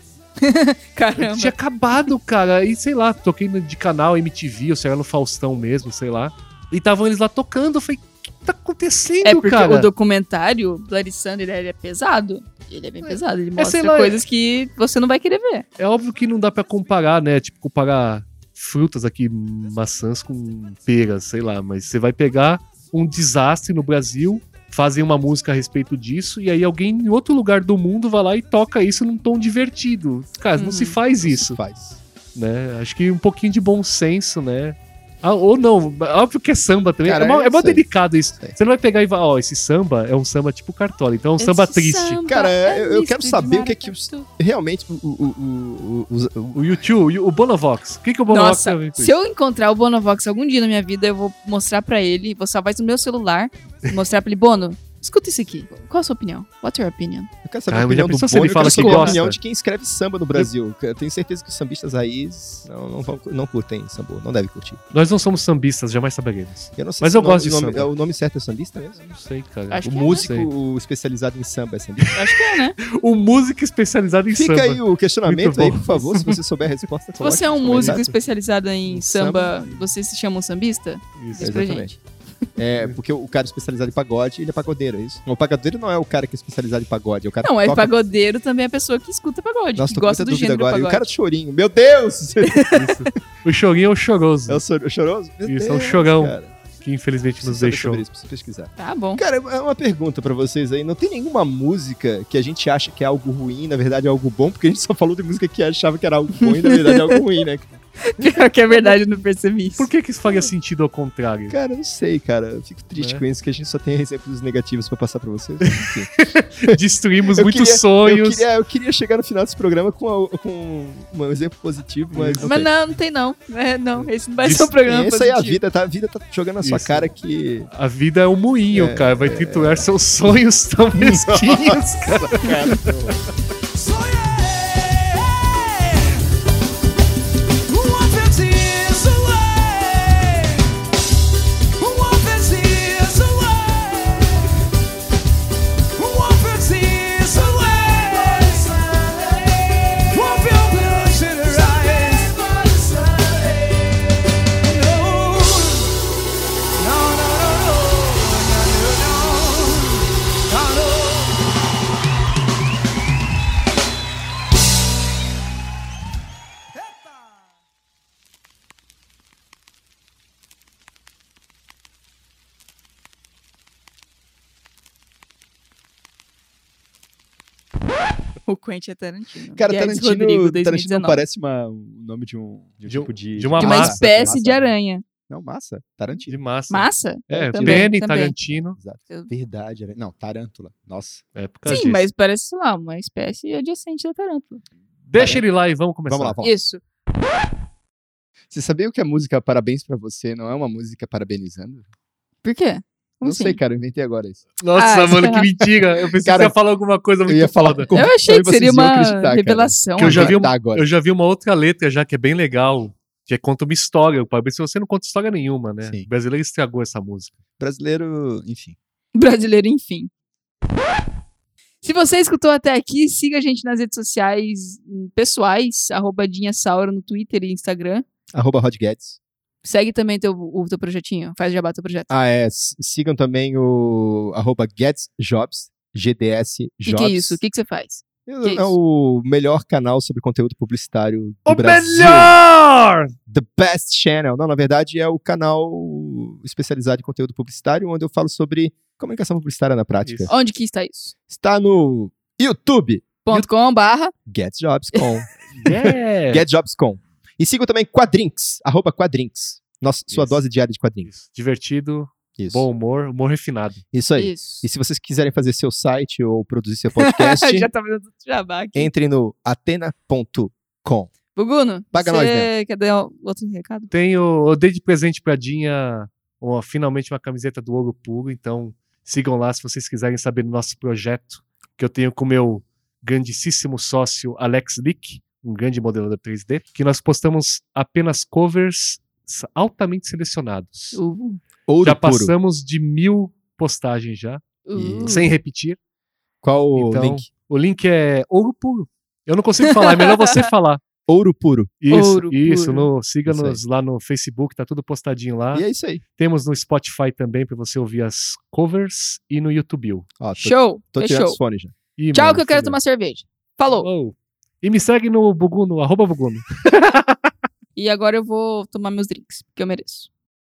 B: Eu tinha
A: Caramba.
B: acabado, cara. E sei lá, toquei no- de canal MTV, ou se era no Faustão mesmo, sei lá. E estavam eles lá tocando. Eu falei, o que tá acontecendo,
A: É porque
B: cara?
A: o documentário, Bloody Sunday, ele é pesado. Ele é bem pesado. Ele mostra
B: sei lá,
A: coisas que você não vai querer ver.
B: É óbvio que não dá pra comparar, né? Tipo, comparar frutas aqui, maçãs com peras, sei lá. Mas você vai pegar um desastre no Brasil, fazem uma música a respeito disso, e aí alguém em outro lugar do mundo vai lá e toca isso num tom divertido. Cara, não
A: Uhum.
B: se faz isso.
C: Faz.
B: né? Acho que um pouquinho de bom senso, né? Ah, ou não, óbvio que é samba também.
C: Cara,
B: é mó,
C: eu
B: é mó
C: sei.
B: delicado isso.
C: Sei.
B: Você não vai pegar e vai, ó, esse samba é um samba tipo cartola, então é um samba triste.
C: Cara, eu- eu quero saber o que é que os- Realmente, o, o, o, o, os- o-
B: O YouTube, o Bonovox. O que, que o Bonovox é
A: Nossa,
B: tem a ver com
A: se eu encontrar o Bonovox algum dia na minha vida, eu vou mostrar pra ele, vou salvar isso no meu celular, mostrar pra ele, Bono, escuta isso aqui. Qual a sua opinião? What's your opinion?
C: eu quero saber
B: Ah,
C: a
B: mas já
C: opinião do
B: pensou se ele
C: Bono, eu
B: fala
C: quero
B: que
C: saber a
B: gosta?
C: opinião de quem escreve samba no Brasil. Eu tenho certeza que os sambistas aí não, não, vão- não curtem samba, não devem curtir.
B: Nós não somos sambistas, jamais saberemos.
C: Eu não sei
B: Mas
C: se
B: eu
C: o nome-
B: gosto de
C: o nome,
B: samba.
C: O nome certo é sambista mesmo?
B: Não sei, cara.
A: Acho
B: o
A: que é, né?
B: músico.
C: Músico especializado em samba é sambista.
B: O músico especializado em
C: Fica
B: samba.
C: aí o questionamento
B: Muito
C: aí,
B: bom.
C: por favor, se você souber a resposta.
A: Se você é um
C: coloque nos
A: músico
C: comentários.
A: especializado em
C: Em
A: samba, você se chama um sambista?
B: Isso.
A: Diz pra
C: exatamente.
A: gente.
C: É, porque o cara especializado em pagode, ele é pagodeiro, é isso? O pagodeiro não é o cara que é especializado em pagode, é o cara
A: Não,
C: que
A: é
C: toca...
A: pagodeiro também é a pessoa que escuta pagode,
C: Nossa,
A: que
C: tô com muita
A: gosta do
C: dúvida
A: gênero
C: agora. E o
A: pagode.
C: cara do chorinho, meu Deus!
B: O chorinho é o choroso,
C: é o sor- o choroso? Meu
B: Isso, é o
C: Deus,
B: chorão.
C: Cara.
B: que infelizmente
C: Preciso
B: nos
C: saber
B: deixou.
C: sobre Isso, preciso pesquisar.
A: Tá bom.
C: Cara, é uma pergunta pra vocês aí. Não tem nenhuma música que a gente acha que é algo ruim, na verdade é algo bom, porque a gente só falou de música que achava que era algo bom e na verdade é algo ruim, né?
A: Pior que é verdade, eu não percebi isso.
B: Por que, que isso faria sentido ao contrário?
C: Cara, eu não sei, cara. Eu fico triste
B: Né?
C: com isso, que a gente só tem exemplos negativos pra passar pra vocês.
B: Destruímos
C: Eu
B: muitos
C: queria- Eu
B: sonhos.
C: queria, eu queria chegar no final desse programa com, a- com um exemplo positivo, mas. não
A: Mas
C: tem.
A: não, não tem não. É, não, esse não vai
B: Diz-
A: ser um programa
C: Essa Hum. aí é a
A: positivo.
C: vida, tá? A vida tá jogando na sua
B: Isso.
C: cara que.
B: A vida é um moinho, cara. Vai triturar seus sonhos tão mesquinhos, cara.
E: Sonhei uma feitiça lei, uma feitiça lei, uma feitiça lei, uma feitiça lei. No, no, no, no, no, no, no.
A: O Quentin é Tarantino.
C: Cara,
A: Guedes
C: Tarantino,
A: Rodrigo,
C: Tarantino
A: 2019.
C: não parece uma, um nome de um, de um
B: De um-
C: tipo de.
B: de uma
A: De uma
B: massa.
A: espécie de
C: massa.
A: aranha.
C: Não, massa. Tarantino.
B: De massa.
A: Massa?
B: É,
A: Também,
B: Penny,
A: também.
B: Tarantino.
C: Verdade, era- não, tarântula. Nossa.
B: É, por
A: Sim,
B: causa disso.
A: mas parece, sei lá, uma espécie adjacente da tarântula.
B: Deixa ele lá e vamos começar.
C: Vamos lá, vamos lá.
A: Isso.
C: Você sabia que a música Parabéns pra Você não é uma música parabenizando?
A: Por quê? Como
C: não
A: assim?
C: sei, cara, eu inventei agora isso.
B: Nossa,
A: Ah,
B: mano,
A: isso
B: que
A: é
B: mentira. Eu pensei
C: Cara,
B: que você ia falar alguma coisa muito
C: eu ia falar.
B: foda.
A: Eu achei que
C: vocês
A: seria
C: iam acreditar,
A: uma
C: cara.
A: revelação.
B: Que eu já vi
C: Acreditar
B: uma-
C: agora.
B: Eu já vi uma outra letra já que é bem legal. Que é conta uma história. O Pai se você não conta história nenhuma, né?
C: Sim.
B: O brasileiro estragou essa música.
C: Brasileiro, enfim.
A: Brasileiro, enfim. Se você escutou até aqui, siga a gente nas redes sociais hum, pessoais, arroba Dinha Saura no Twitter e Instagram.
C: Arroba Rod Guedes.
A: Segue também teu, o teu projetinho, faz jabá teu projeto.
C: Ah, é. s- Sigam também o arroba Gets Jobs, GDS
A: O que,
C: Jobs.
A: que é isso? O que, que você faz?
C: É,
A: que é isso?
C: o melhor canal sobre conteúdo publicitário do
B: o
C: Brasil.
B: melhor!
C: The Best Channel. Não, na verdade é o canal especializado em conteúdo publicitário, onde eu falo sobre comunicação publicitária na prática.
B: Isso.
A: Onde que está isso?
C: Está no YouTube,
A: Ponto com barra.
C: GetJobs.com.
B: Yeah!
C: GetJobs.com. E sigam também Quadrinks, arroba Quadrinks. Nossa, sua
B: Isso.
C: dose diária de quadrinhos.
B: Isso. Divertido,
C: Isso.
B: bom humor, humor refinado.
C: Isso aí.
A: Isso.
C: E se vocês quiserem fazer seu site ou produzir seu podcast,
A: Já tá fazendo jabá aqui.
C: entre no atena.com.
A: Buguno,
C: Paga nós,
A: você quer dar um outro recado?
B: Tenho, eu dei de presente pra Dinha uma- finalmente uma camiseta do Ouro Puro, então sigam lá se vocês quiserem saber do nosso projeto que eu tenho com meu grandíssimo sócio Alex Lick, um grande modelador 3D, que nós postamos apenas covers altamente selecionados.
A: Uh,
C: Ouro
B: já
C: puro.
B: passamos de mil postagens já,
A: uh.
B: sem repetir.
C: Qual o
B: Então-
C: link?
B: O link é ouro puro. Eu não consigo falar, é melhor você falar.
C: Ouro puro.
B: Isso,
A: Ouro
B: isso.
A: puro.
B: no- Siga-nos
C: Isso
B: lá no Facebook, tá tudo postadinho lá.
C: E é isso aí.
B: Temos no Spotify também pra você ouvir as covers e no YouTube.
C: Ó, tô,
A: Show,
C: tô tirando
A: fechou.
C: os fones já.
B: Ih,
A: Tchau
B: mano,
A: que eu quero
B: filho.
A: tomar cerveja. Falou.
B: Oh. E me segue no Buguno, arroba Buguno.
A: E agora eu vou tomar meus drinks, porque eu mereço.